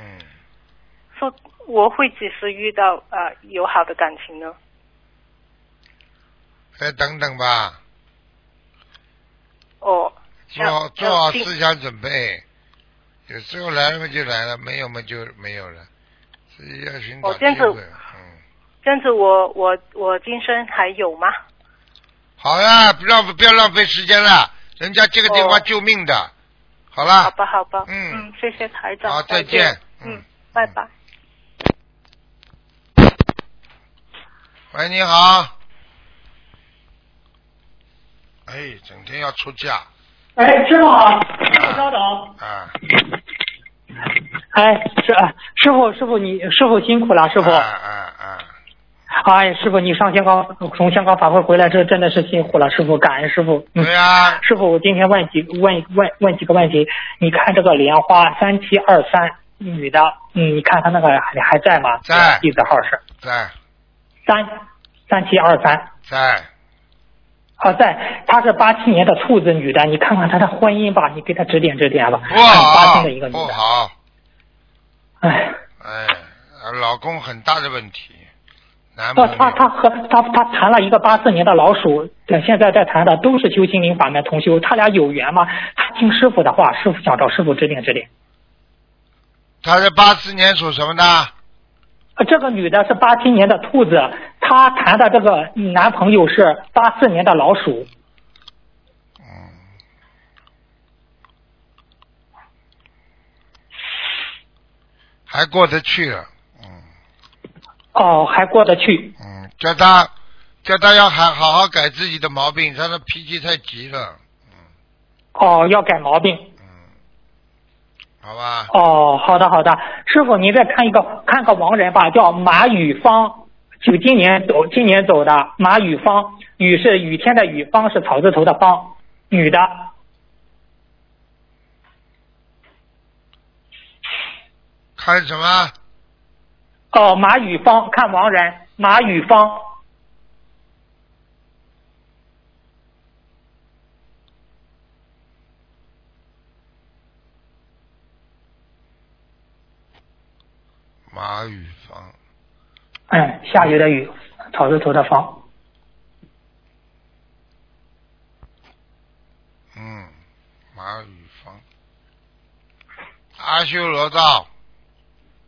J: 说我会几时遇到呃有好的感情呢？
A: 再等等吧，
J: 哦，
A: 做
J: 要
A: 好做好
J: 要尽
A: 思想准备，有时候来了嘛就来了，没有嘛就没有了，自己要寻找
J: 哦
A: 机
J: 这样子
A: 会。
J: 这样子我我我今生还有吗？
A: 好了，不浪费不要浪费时间了，人家这个电话救命的，好了。
J: 哦好吧好吧，
A: 嗯
J: 嗯，谢谢台长，
A: 好再见
J: 见，嗯，拜拜。
A: 喂，你好。哎，整天要出价
K: 哎，师傅好，师傅稍等。哦
A: 啊！
K: 哎，师师傅，师傅你师傅辛苦了，师傅。
A: 啊啊啊！
K: 哎，师傅，你上香港从香港法会回来，这真的是辛苦了，师傅，感恩师傅。嗯
A: 对呀、
K: 师傅，我今天问几问问问几个问题，你看这个莲花三七二三女的，嗯，你看她那个还还在吗？
A: 在
K: 地址号是
A: 在
K: 三三七二三。
A: 在
K: 啊，在，她是八七年的兔子女的，你看看她的婚姻吧，你给她指点指点吧。
A: 不好
K: 八七的一个女
A: 不
K: 的，
A: 好，
K: 哎，
A: 哎，老公很大的问题，男朋
K: 呃，
A: 友
K: 他他和他他谈了一个八四年的老鼠，对，现在在谈的都是修心灵法门同修，他俩有缘吗？他听师傅的话，师傅想找师傅指点指点。
A: 他是八四年属什么的？
K: 呃，这个女的是八七年的兔子，她谈的这个男朋友是八四年的老鼠。
A: 还过得去了，
K: 哦，还过得去。
A: 嗯，叫他叫他要还好好改自己的毛病，他的脾气太急了，
K: 哦，要改毛病。
A: 好吧？
K: 哦，好的好的，师傅您再看一个看个亡人吧，叫马宇芳，就今年走今年走的马宇芳，雨是雨天的雨，芳是草字头的芳，女的。
A: 看什么？
K: 哦，马宇芳，看亡人，马宇芳。
A: 马宇芳，
K: 嗯，下雨的雨，草字头的芳。
A: 嗯，马宇芳，阿修罗道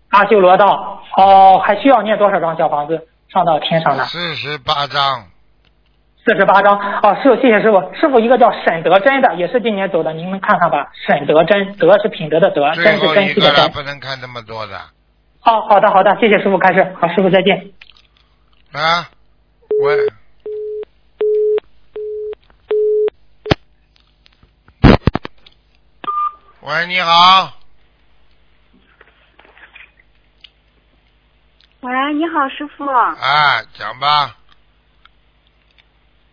K: 阿修罗道，哦，还需要念多少张小房子上到天上呢？
A: 四十八章，
K: 四十八张。哦，师傅，谢谢师傅。师傅一个叫沈德珍的，也是今年走的，您能看看吧？沈德珍，德是品德的德，
A: 最
K: 珍是
A: 后
K: 珍
A: 一
K: 惜
A: 个
K: 的
A: 了，
K: 珍。
A: 不能看那么多的
K: 哦，好的好的，谢谢师傅开始，好，师傅再见。
A: 啊。喂，喂，你好，
G: 喂，你好，师傅，
A: 啊，讲吧，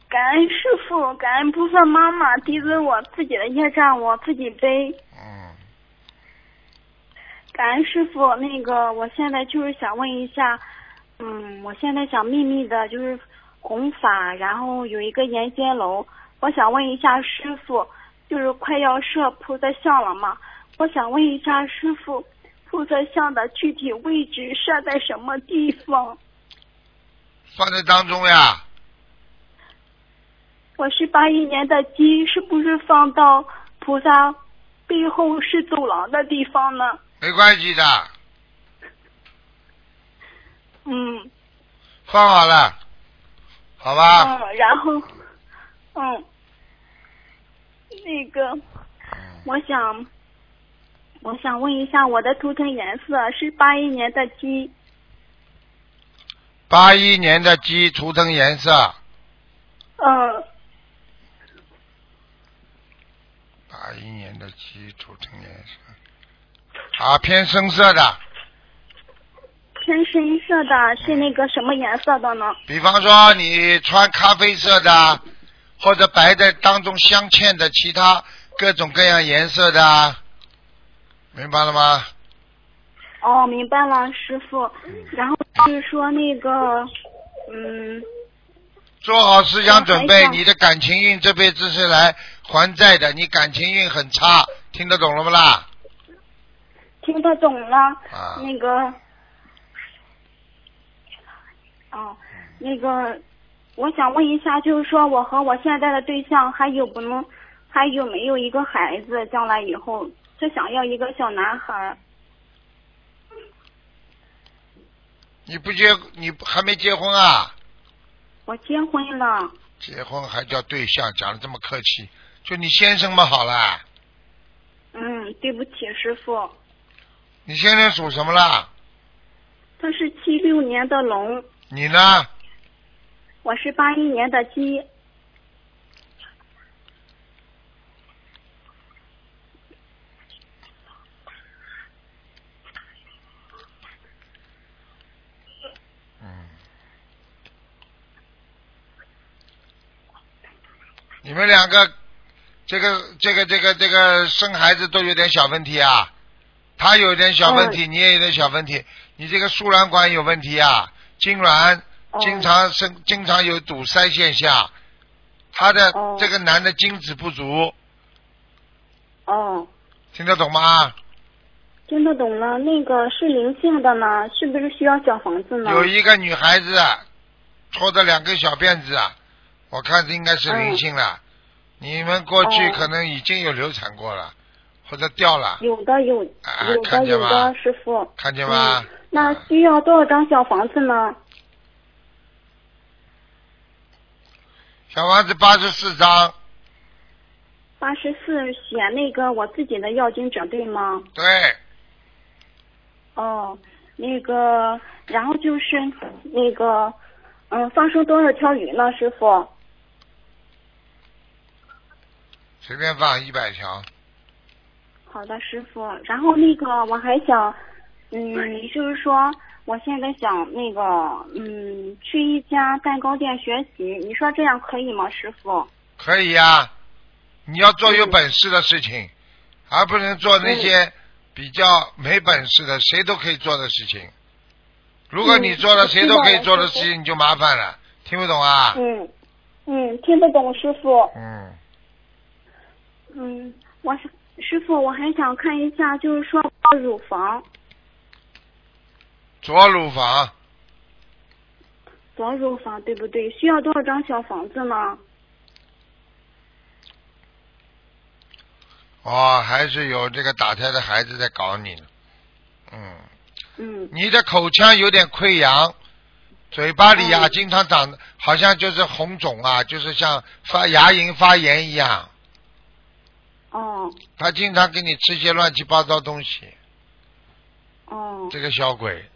G: 感恩师傅，感恩菩萨妈妈，弟子我自己的业障我自己背。嗯。感恩师傅，那个我现在就是想问一下，嗯，我现在想秘密的就是弘法，然后有一个沿仙楼，我想问一下师傅，就是快要设菩萨像了嘛？我想问一下师傅，菩萨像的具体位置设在什么地方？
A: 放在当中呀，
G: 我是八一年的鸡，是不是放到菩萨背后是走廊的地方呢？
A: 没关系的，
G: 嗯，
A: 放好了，好吧？
G: 嗯，然后，嗯，那个，我想，我想问一下我的图腾颜色是八一年的鸡，
A: 八一年的鸡图腾颜色，
G: 嗯，
A: 八一年的鸡图腾颜色，啊，偏深色的，
G: 偏深色的，是那个什么颜色的呢？
A: 比方说你穿咖啡色的，或者白的当中镶嵌的其他各种各样颜色的，明白了吗？
G: 哦，明白了，师傅。然后就是说那个，嗯，
A: 做好思想准
G: 我还
A: 备，
G: 想
A: 你的感情运这辈子是来还债的，你感情运很差，听得懂了不啦？
G: 听得懂了。
A: 啊
G: 那个，
A: 嗯
G: 哦，那个，我想问一下，就是说我和我现在的对象还有不能，还有没有一个孩子？将来以后是想要一个小男孩儿。
A: 你不结，你还没结婚啊？
G: 我结婚了，
A: 结婚还叫对象，讲的这么客气，就你先生嘛好啦，
G: 嗯，对不起，师傅，
A: 你先生属什么啦？
G: 他是七六年的龙，
A: 你呢？
G: 我是八一年的鸡。
A: 嗯你们两个，这个这个这个这个生孩子都有点小问题啊，他有点小问
G: 哦
A: 题，你也有点小问题，你这个输卵管有问题啊，痉挛
G: 哦
A: 经常生、经常有堵塞现象，他的、这个男的精子不足，
G: 哦，
A: 听得懂吗？
G: 听得懂了，那个是灵性的呢，是不是需要小房子呢？
A: 有一个女孩子啊拖着两根小辫子啊，我看这应该是灵性了。你们过去
G: 哦
A: 可能已经有流产过了，或者掉了，
G: 有的有，
A: 啊
G: 有
A: 看
G: 的
A: 见
G: 有
A: 吗
G: 的，师傅。
A: 看见吗？
G: 那需要多少张小房子呢？
A: 小房子八十四张，
G: 八十四写那个我自己的要经者对吗？
A: 对，
G: 哦，那个，然后就是那个，嗯，放生多少条鱼呢，师傅？
A: 随便放一百条。
G: 好的，师傅。然后那个我还想，嗯，就是说我现在想那个，嗯，去一家蛋糕店学习，你说这样可以吗，师傅？
A: 可以呀、你要做有本事的事情，而不能做那些比较没本事的，谁都可以做的事情。如果你做了
G: 嗯
A: 谁都可以做的
G: 我
A: 事
G: 知道了
A: 情，你就麻烦了，听不懂啊？
G: 嗯嗯，听得懂，师傅。
A: 嗯。
G: 嗯，我想师傅，我还想看一下，就是说我的乳房
A: 左乳房
G: 左乳房对不对？需要多少张小房子呢？
A: 哦，还是有这个打胎的孩子在搞你呢。嗯，
G: 嗯
A: 你的口腔有点溃疡，嘴巴里呀、经常长，好像就是红肿啊，就是像发牙龈发炎一样。
G: 哦
A: 他经常给你吃些乱七八糟东西，
G: 哦
A: 这个小鬼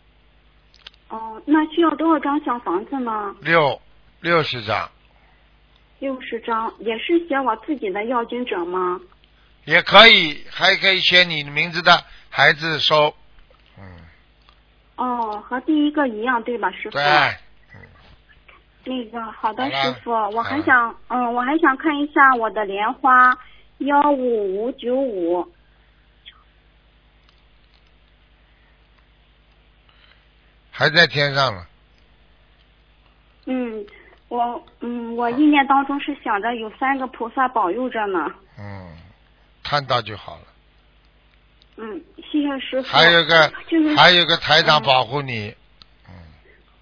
G: 哦，那需要多少张小房子呢？
A: 六六十张
G: 六十张，也是写我自己的要经者吗？
A: 也可以，还可以写你名字的孩子收。
G: 哦，和第一个一样对吧，师傅？
A: 对，
G: 那个好的，
A: 好了
G: 师傅，我还想，嗯，我还想看一下我的莲花幺五五九五，
A: 还在天上了。
G: 我嗯，我意念当中是想着有三个菩萨保佑着呢。
A: 嗯，看到就好了。
G: 嗯，谢谢师傅。
A: 还有一个，
G: 就是
A: 还有一个台长保护你，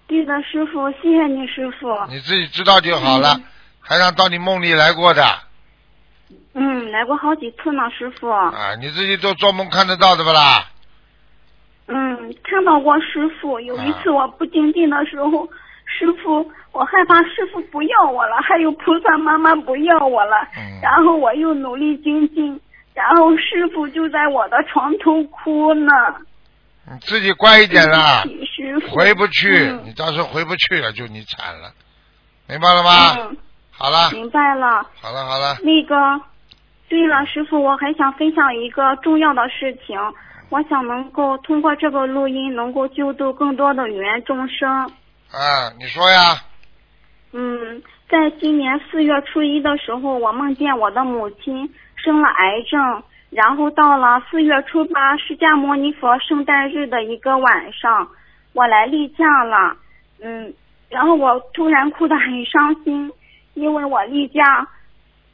G: 对的，师傅，谢谢你，师傅。
A: 你自己知道就好了。台长到你梦里来过的
G: 嗯，来过好几次呢，师傅。
A: 啊，你自己都做梦看得到的不啦？
G: 嗯，看到过师傅。有
A: 啊
G: 一次我不精进的时候，师傅，我害怕师傅不要我了，还有菩萨妈妈不要我了。
A: 嗯
G: 然后我又努力精进，然后师傅就在我的床头哭呢。
A: 你自己乖一点啦，
G: 嗯师傅
A: 回不去，
G: 嗯
A: 你到时候回不去了就你惨了，明白了吗？
G: 嗯，
A: 好了，
G: 明白了。
A: 好了，好了，
G: 那个，对了，师傅，我还想分享一个重要的事情，我想能够通过这个录音，能够救度更多的缘众生。
A: 啊，你说呀，
G: 嗯，在今年四月初一的时候，我梦见我的母亲生了癌症，然后到了四月初八，释迦牟尼佛圣诞日的一个晚上，我来例假了，嗯，然后我突然哭得很伤心，因为我例假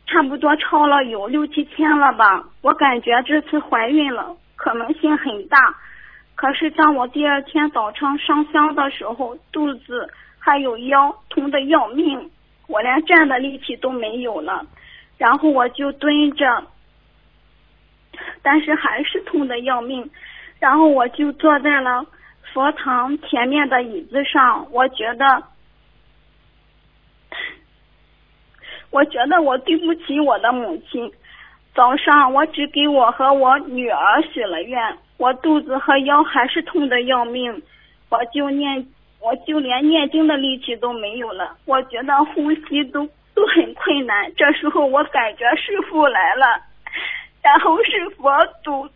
G: 差不多超了有六七天了吧，我感觉这次怀孕了可能性很大，可是当我第二天早上上香的时候，肚子还有腰痛得要命，我连站的力气都没有了，然后我就蹲着，但是还是痛得要命，然后我就坐在了佛堂前面的椅子上，我觉得。我觉得我对不起我的母亲。早上我只给我和我女儿许了愿，我肚子和腰还是痛得要命，我就念，我就连念经的力气都没有了，我觉得呼吸都都很困难。这时候我感觉师傅来了，然后是佛祖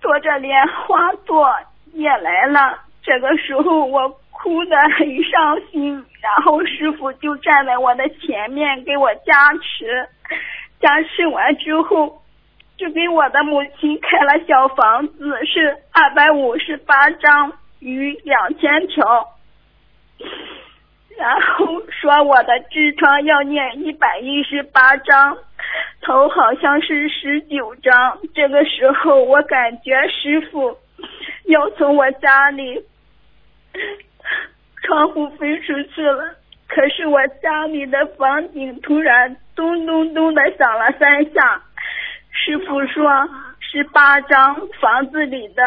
G: 坐着莲花座也来了。这个时候我哭得很伤心，然后师傅就站在我的前面给我加持，加持完之后，就给我的母亲开了小房子，是二百五十八张与两千条，然后说我的痔疮要念一百一十八张。头好像是十九张，这个时候我感觉师傅要从我家里窗户飞出去了，可是我家里的房顶突然咚咚咚的响了三下。师傅说是八张房子里的，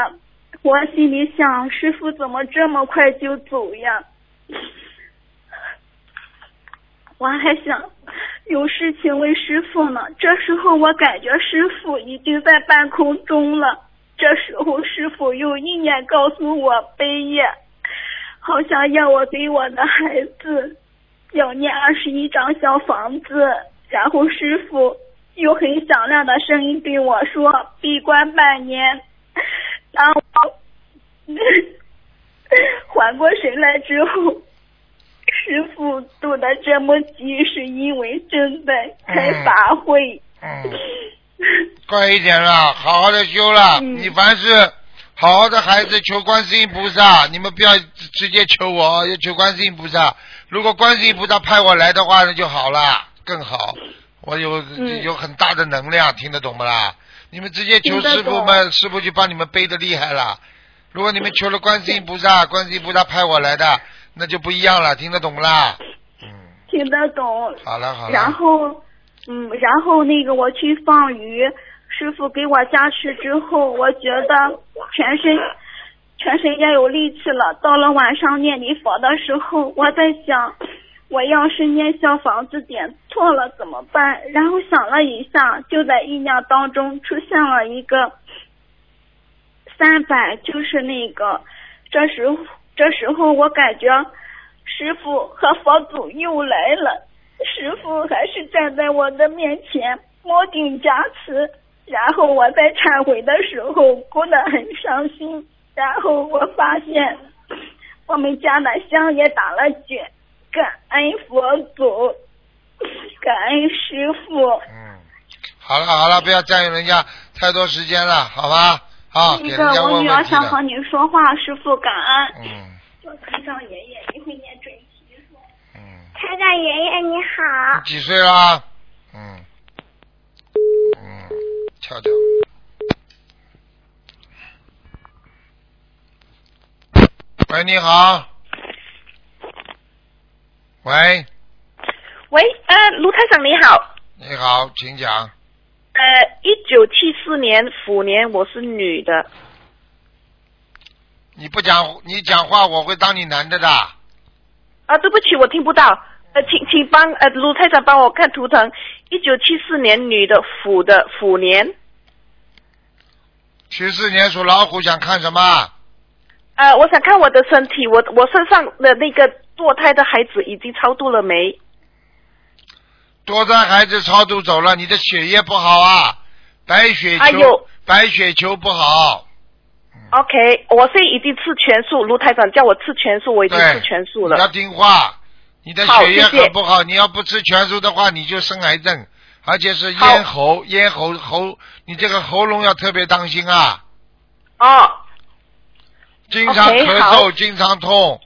G: 我心里想，师傅怎么这么快就走呀？我还想有事情问师傅呢。这时候我感觉师傅已经在半空中了。这时候师傅用意念告诉我悲业，好像要我给我的孩子要念二十一张小房子。然后师傅用很响亮的声音对我说：“闭关半年。”当我 缓过神来之后，师傅走的这么急，是因为正在开法会。
A: 嗯，乖一点啦，好好的修啦。
L: 嗯
A: 你凡是好好的孩子求观世音菩萨，你们不要直直接求我，要求观世音菩萨。如果观世音菩萨派我来的话，那就好啦，更好。我有、
L: 嗯
A: 有很大的能量，听得懂不啦？你们直接求
L: 听得
A: 师傅
L: 懂
A: 们，师傅就帮你们背的厉害了。如果你们求了观世音菩萨，观世音菩萨派我来的，那就不一样了，听得懂不啦？
G: 听得懂。
A: 好了好了。
G: 然后，嗯，然后那个我去放鱼，师傅给我加持之后，我觉得全身全身也有力气了。到了晚上念礼佛的时候，我在想，我要是念小房子点错了怎么办？然后想了一下，就在意念当中出现了一个三百，就是那个，这时候这时候我感觉师傅和佛祖又来了，师傅还是站在我的面前，摸顶加持。然后我在忏悔的时候哭得很伤心，然后我发现我们家的香也打了卷，感恩佛祖，感恩师傅。
A: 啊好了好了，不要占用人家太多时间了，好吧？啊，给
G: 那
A: 人
G: 个
A: 家
G: 嗯我
A: 问
G: 女儿
A: 问题
G: 想和
A: 的。
G: 您说话，师傅感恩。
A: 嗯
G: 我台长爷爷，一会念准提。
A: 嗯，
L: 台长爷爷你好，
A: 几岁啦？嗯，嗯，跳跳。喂，你好。喂，
M: 喂，呃，卢台长你好，
A: 你好，请讲。
M: 呃，一九七四年虎年，我是女的，
A: 你不讲，你讲话我会当你男的的。
M: 啊，对不起，我听不到，呃，请请帮呃卢台长帮我看图腾，一九七四年女的虎的虎年，
A: 七四年属老虎，想看什么？
M: 呃，我想看我的身体，我我身上的那个堕胎的孩子已经超度了没？
A: 多灾孩子超度走了，你的血液不好啊，白血球，
M: 哎呦
A: 白血球不好。嗯
M: OK，我现在已经吃全素，卢台长叫我吃全素，我已经
A: 对
M: 吃全素了
A: 你。要听话，你的
M: 好
A: 血液
M: 谢谢
A: 很不好，你要不吃全素的话，你就生癌症，而且是咽喉、咽喉喉，你这个喉咙要特别当心啊。
M: 哦。
A: 经常
M: OK，
A: 咳
M: 好
A: 嗽，经常痛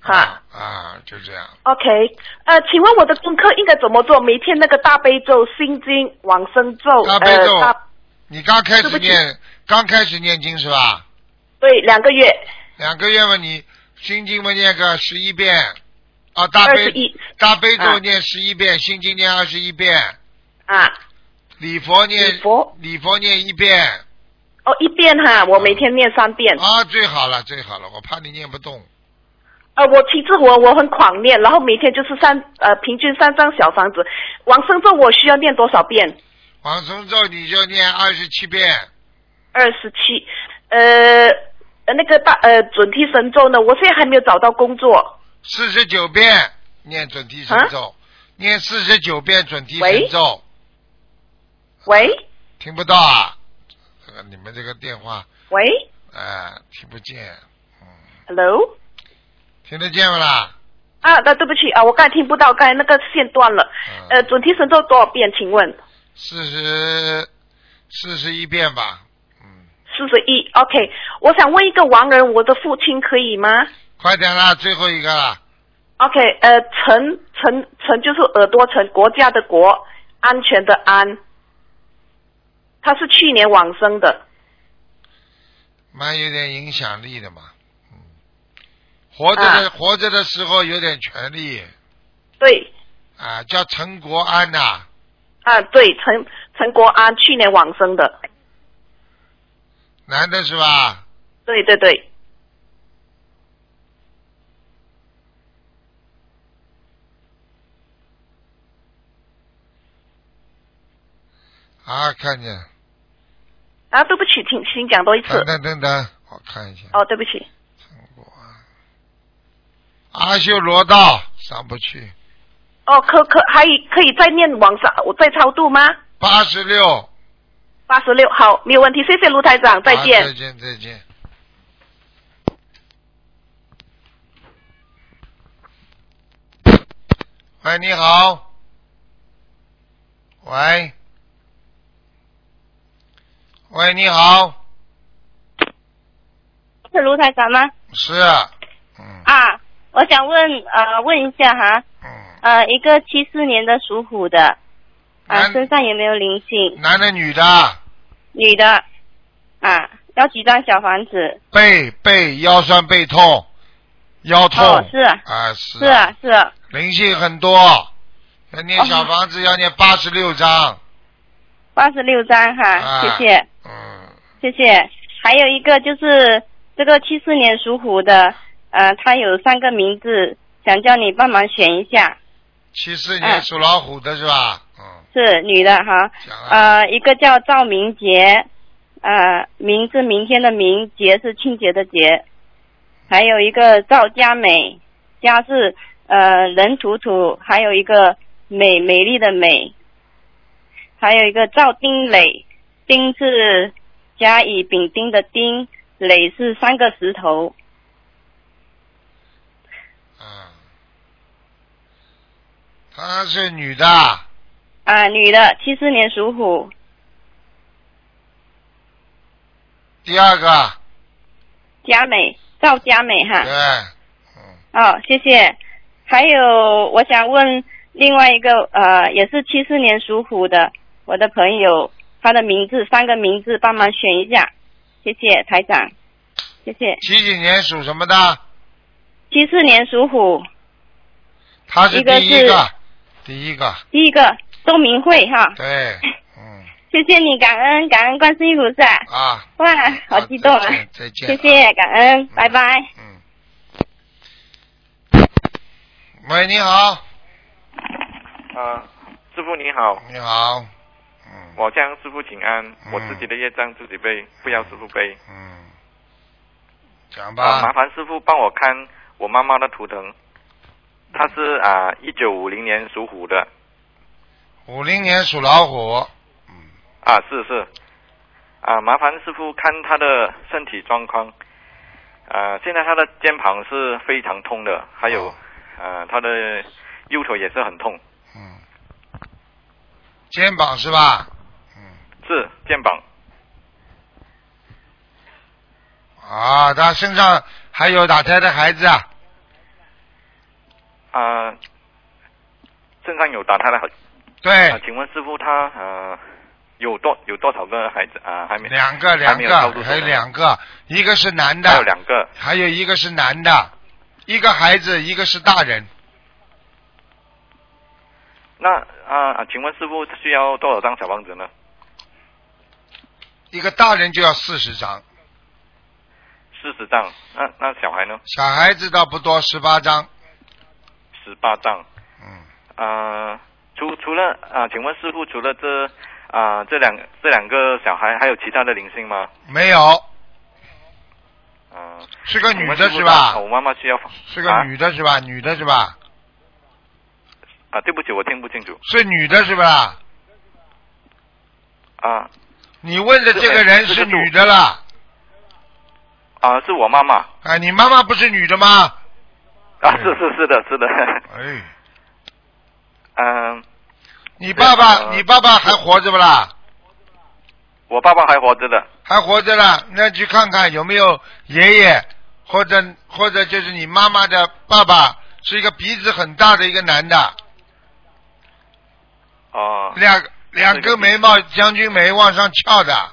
M: 哈、
A: 啊，就这样。
M: OK，呃，请问我的功课应该怎么做？每天那个大悲咒、心经、往生咒，
A: 大悲咒
M: 呃、大
A: 你刚开
M: 对不
A: 始
M: 起
A: 念，刚开始念经是吧？
M: 对两个月，
A: 两个月嘛，你心经嘛念个十一遍，啊，大悲
M: 21
A: 大悲
M: 啊
A: 咒念十一遍，心经念二十一遍，
M: 啊，
A: 礼佛念
M: 佛
A: 礼佛念一遍，
M: 哦，一遍哈，我每天念三遍。
A: 啊，最好了最好了，我怕你念不动。
M: 呃，我其实我我很狂念，然后每天就是三呃平均三张小房子，往生咒我需要念多少遍？
A: 往生咒你就念二十七遍，
M: 二十七，呃，呃那个大呃准提神咒呢？我现在还没有找到工作。
A: 四十九遍念准提神咒，
M: 啊
A: 念四十九遍准提神咒。
M: 喂
A: 听不到啊？这个你们这个电话，
M: 喂
A: 哎、听不见，
M: ，Hello
A: 听得见不啦？
M: 啊，那对不起啊，我刚才听不到，刚才那个线断了。
A: 啊
M: 呃，准提神咒多少遍？请问？
A: 四十四十一遍吧，
M: 四十一，OK。我想问一个亡人，我的父亲可以吗
A: 快点啦，最后一个啦。
M: ？OK，呃，陈陈陈就是耳朵陈，国家的国，安全的安。他是去年往生的，
A: 蛮有点影响力的嘛。嗯，活着的、
M: 啊
A: 活着的时候有点权利
M: 对
A: 啊，叫陈国安呐、
M: 啊，对，陈陈国安去年往生的，
A: 男的是吧？
M: 对对对，
A: 啊，看见，
M: 啊，对不起，请请讲多一次
A: 等，等等等，我看一下，
M: 哦，对不起，
A: 阿修罗道上不去，
M: 哦，可可还可以再念往生，我再超度吗？
A: 八十六，
M: 八十六，好，没有问题，谢谢卢台长，再见。
A: 啊再见再见。喂，你好。喂，喂，你好，
N: 是卢台长吗？
A: 是嗯
N: 啊，我想问呃问一下哈，呃一个七四年的属虎的，啊、身上有没有灵性？
A: 男的女的？
N: 女的，啊要几张小房子？
A: 背背腰酸背痛，腰痛、
N: 哦是啊
A: 啊是
N: 是啊是啊，
A: 灵性很多，要念小房子要念八十六章，
N: 八十六张哈，
A: 啊
N: 谢谢。谢谢。还有一个就是这个七四年属虎的，呃他有三个名字，想叫你帮忙选一下，
A: 七四年属老虎的是吧？
N: 是女的哈。
A: 讲啊，
N: 呃，一个叫赵明杰，呃，明是明天的明，杰是清洁的洁，还有一个赵佳美，佳是呃人土土，还有一个美美丽的美，还有一个赵丁磊，丁是甲乙丙丁的丁，磊是三个石头，
A: 嗯她是女的，
N: 啊、女的，七四年属虎，
A: 第二个
N: 佳美，赵佳美哈。
A: 对，
N: 哦，谢谢。还有我想问另外一个呃，也是七四年属虎的我的朋友，他的名字三个名字帮忙选一下，谢谢台长，谢谢。
A: 几几年属什么的？
N: 七四年属虎，
A: 他是
N: 一个
A: 第一
N: 是
A: 个，第一个，
N: 第一个周明慧哈，
A: 对
N: 谢谢你，感恩感恩观世音菩萨，
A: 啊，
N: 哇，好激动啊！
A: 再见
N: 谢
A: 啊。
N: 谢，感恩，拜拜。
A: 喂，你好，
O: 啊，师傅你好，
A: 你好，嗯
O: 我向师傅请安，我自己的业障自己背，不要师傅背。
A: 嗯讲
O: 啊，
A: 吧。
O: 麻烦师傅帮我看我妈妈的图腾，她是啊，一九五零年属虎的
A: 五零年属老虎，
O: 啊，是是，啊，麻烦师傅看她的身体状况，啊，现在她的肩膀是非常痛的，还有、
A: 哦
O: 啊，她的右腿也是很痛，
A: 肩膀是吧？
O: 是肩膀
A: 啊，他身上还有打胎的孩子啊，
O: 啊，身上有打她的痕
A: 对
O: 啊，，请问师傅他呃有多有多少个孩子啊？还没
A: 两个
O: 还
A: 两
O: 没有超
A: 个，
O: 度
A: 还有
O: 出来
A: 两个，一个是男的，
O: 还有两个
A: 还有一个是男的，一个孩子，一个是大人，
O: 那啊、啊请问师傅需要多少张小房子呢？
A: 一个大人就要四十张，
O: 四十张。那那小孩呢？
A: 小孩子倒不多，十八张。
O: 十八张。嗯。啊，除除了啊、请问师傅除了这啊、这两这两个小孩，还有其他的灵性吗？
A: 没有，
O: 啊、
A: 是个女
O: 请问
A: 的
O: 师傅
A: 是吧
O: 啊我妈妈需要放
A: 是个女的是吧？女的是吧？
O: 啊，对不起，我听不清楚
A: 是女的是吧？
O: 啊
A: 你问的这个人是女的了
O: 啊，是我妈妈
A: 啊？你妈妈不是女的吗？
O: 啊，是是是的是的，
A: 嗯哎，
O: 嗯、呃
A: 你爸爸，你爸爸还活着不啦？
O: 我爸爸还活着的。
A: 还活着了，那去看看有没有爷爷，或者或者就是你妈妈的爸爸，是一个鼻子很大的一个男的，
O: 哦、
A: 两两根眉毛将军眉往上翘的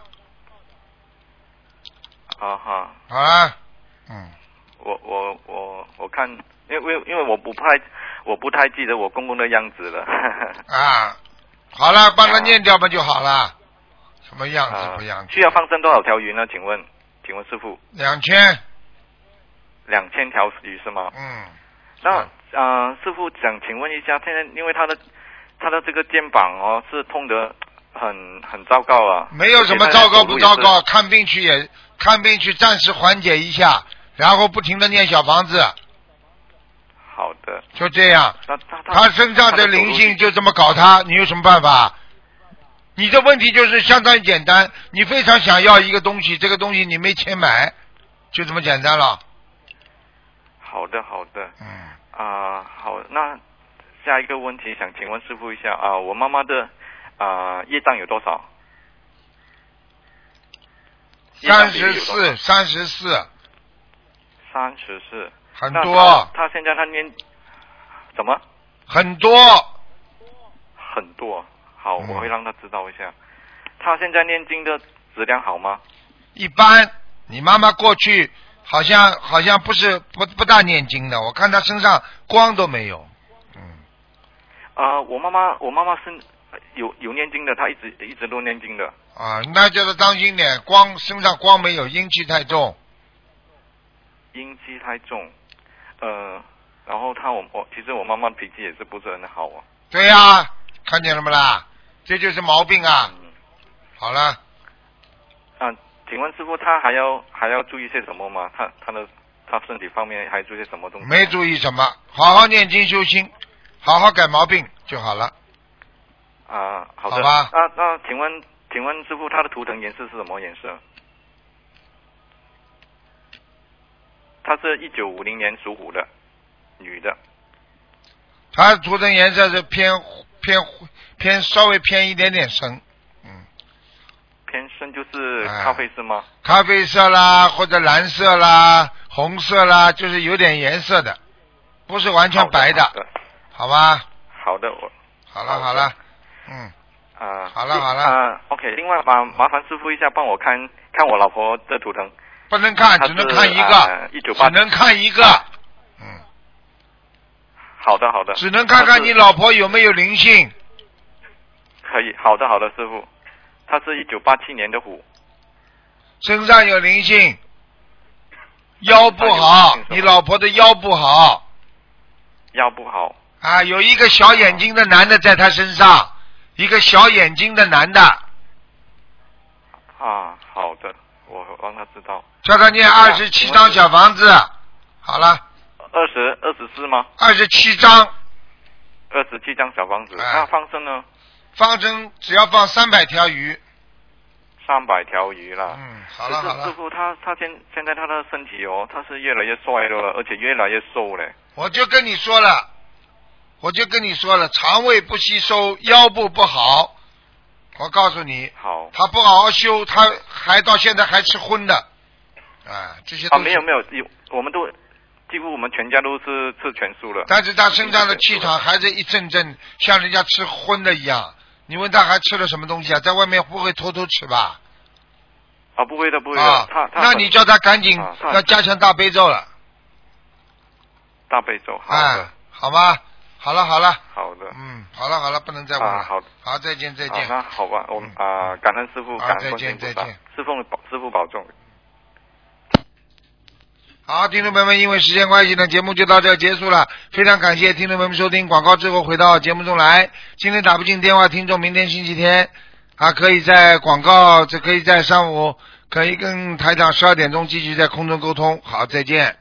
O: 啊哈，
A: 啊，
O: 我我我我看，因为因为因为我不太我不太记得我公公的样子了。
A: 啊，好了，帮他念掉嘛就好了，什么样子不样子？
O: 需要放生多少条鱼呢？请问，请问师傅，
A: 两千，
O: 两千条鱼是吗？
A: 嗯，
O: 那啊、呃师傅想请问一下，现在因为他的他的这个肩膀哦是痛得很很糟糕啊，
A: 没有什么
O: 而且他
A: 糟糕
O: 走路
A: 不
O: 也是
A: 糟糕，看病去也看病去暂时缓解一下，然后不停的念小房子，
O: 好的，
A: 就这样。
O: 那他他
A: 他身上的灵性就这么搞他，你有什么办法？你的问题就是相当于简单，你非常想要一个东西，这个东西你没钱买，就这么简单了。
O: 好的，好的。
A: 嗯。
O: 啊、好，那下一个问题想请问师傅一下啊、我妈妈的啊、业障有多少？业障
A: 三
O: 比例有
A: 十
O: 多少
A: 四，三十四，
O: 三十四，
A: 很
O: 那
A: 多
O: 他他现在他念怎么
A: 很多，
O: 很多？好，
A: 嗯
O: 我会让他知道一下。他现在念经的质量好吗？
A: 一般。你妈妈过去好像好像不是不不大念经的，我看她身上光都没有。
O: 啊、我妈妈，我妈妈是有有念经的，她一直一直都念经的。
A: 啊，那就是当心点，光身上光没有，阴气太重。
O: 阴气太重，呃，然后他我我其实我妈妈脾气也是不是很好啊。
A: 对呀、看见了没啦？这就是毛病啊！好了，
O: 啊，请问师傅他还要还要注意些什么吗？他他的他身体方面还注意些什么东西？
A: 没注意什么，好好念经修心，好好改毛病就好了。
O: 啊，好的。
A: 好吧
O: 那那请问请问师傅他的图腾颜色是什么颜色？她是一九五零年属虎的，女的，
A: 它涂层颜色是偏偏偏稍微偏一点点深，
O: 偏深就是
A: 哎
O: 咖啡是吗？
A: 咖啡色啦，或者蓝色啦、红色啦，就是有点颜色的。不是完全白
O: 好
A: 的，
O: 的，
A: 好吧？
O: 好的，我
A: 好了好了，嗯，
O: 啊，
A: 好了好了
O: 啊，OK。另外麻麻烦师傅一下，帮我看看我老婆的图腾。
A: 不能看，
O: 她
A: 只能看一个，
O: 呃一九八，
A: 只能看一个，
O: 好的好的，
A: 只能看看你老婆有没有灵性。
O: 可以，好的好的，师傅，她是一九八七年的虎，
A: 身上有灵性，腰不
O: 身上有
A: 好
O: 灵性是，吧
A: 你老婆的腰不好
O: 腰不好，
A: 啊，有一个小眼睛的男的在她身上，一个小眼睛的男的，
O: 啊，好的，我让他知道。
A: 叫他念二十七张小房子，好了，
O: 二十二十四吗？
A: 二十七张，哎
O: 二十七张小房子。那放生呢？
A: 方针只要放三百条鱼，
O: 三百条鱼啦。
A: 嗯，好了好
O: 师
A: 了，
O: 傅，他他现现在他的身体哦，他是越来越衰弱了，而且越来越瘦嘞。
A: 我就跟你说了，我就跟你说了，肠胃不吸收，腰部不好，我告诉你，
O: 好，
A: 他不好好修，他还到现在还吃荤的，啊，这些
O: 啊，
A: 东西
O: 没有没有，有我们都几乎我们全家都是吃全素了。
A: 但是他身上的气场还是一阵阵，像人家吃荤的一样。你问他还吃了什么东西啊？在外面不会偷偷吃吧？
O: 啊，不会的不会的，
A: 啊
O: 他，他
A: 那你叫他赶紧
O: 啊他
A: 要加强大悲咒了，
O: 大悲咒，好的、
A: 啊，好吗？好了好了，
O: 好的。
A: 嗯，好了好了，不能再问
O: 啊，
A: 了。
O: 好的，
A: 好，再见再
O: 啊
A: 见。嗯
O: 那好吧，我们啊，感恩师傅，
A: 啊
O: 感
A: 再
O: 恩观世
A: 见
O: 音菩萨
A: 再见，
O: 师傅保师傅保重。
A: 好，听众朋友们，因为时间关系呢，节目就到这儿结束了。非常感谢听众朋友们收听广告之后回到节目中来。今天打不进电话，听众明天星期天啊，可以在广告，这可以在上午，可以跟台长十二点钟继续在空中沟通。好，再见。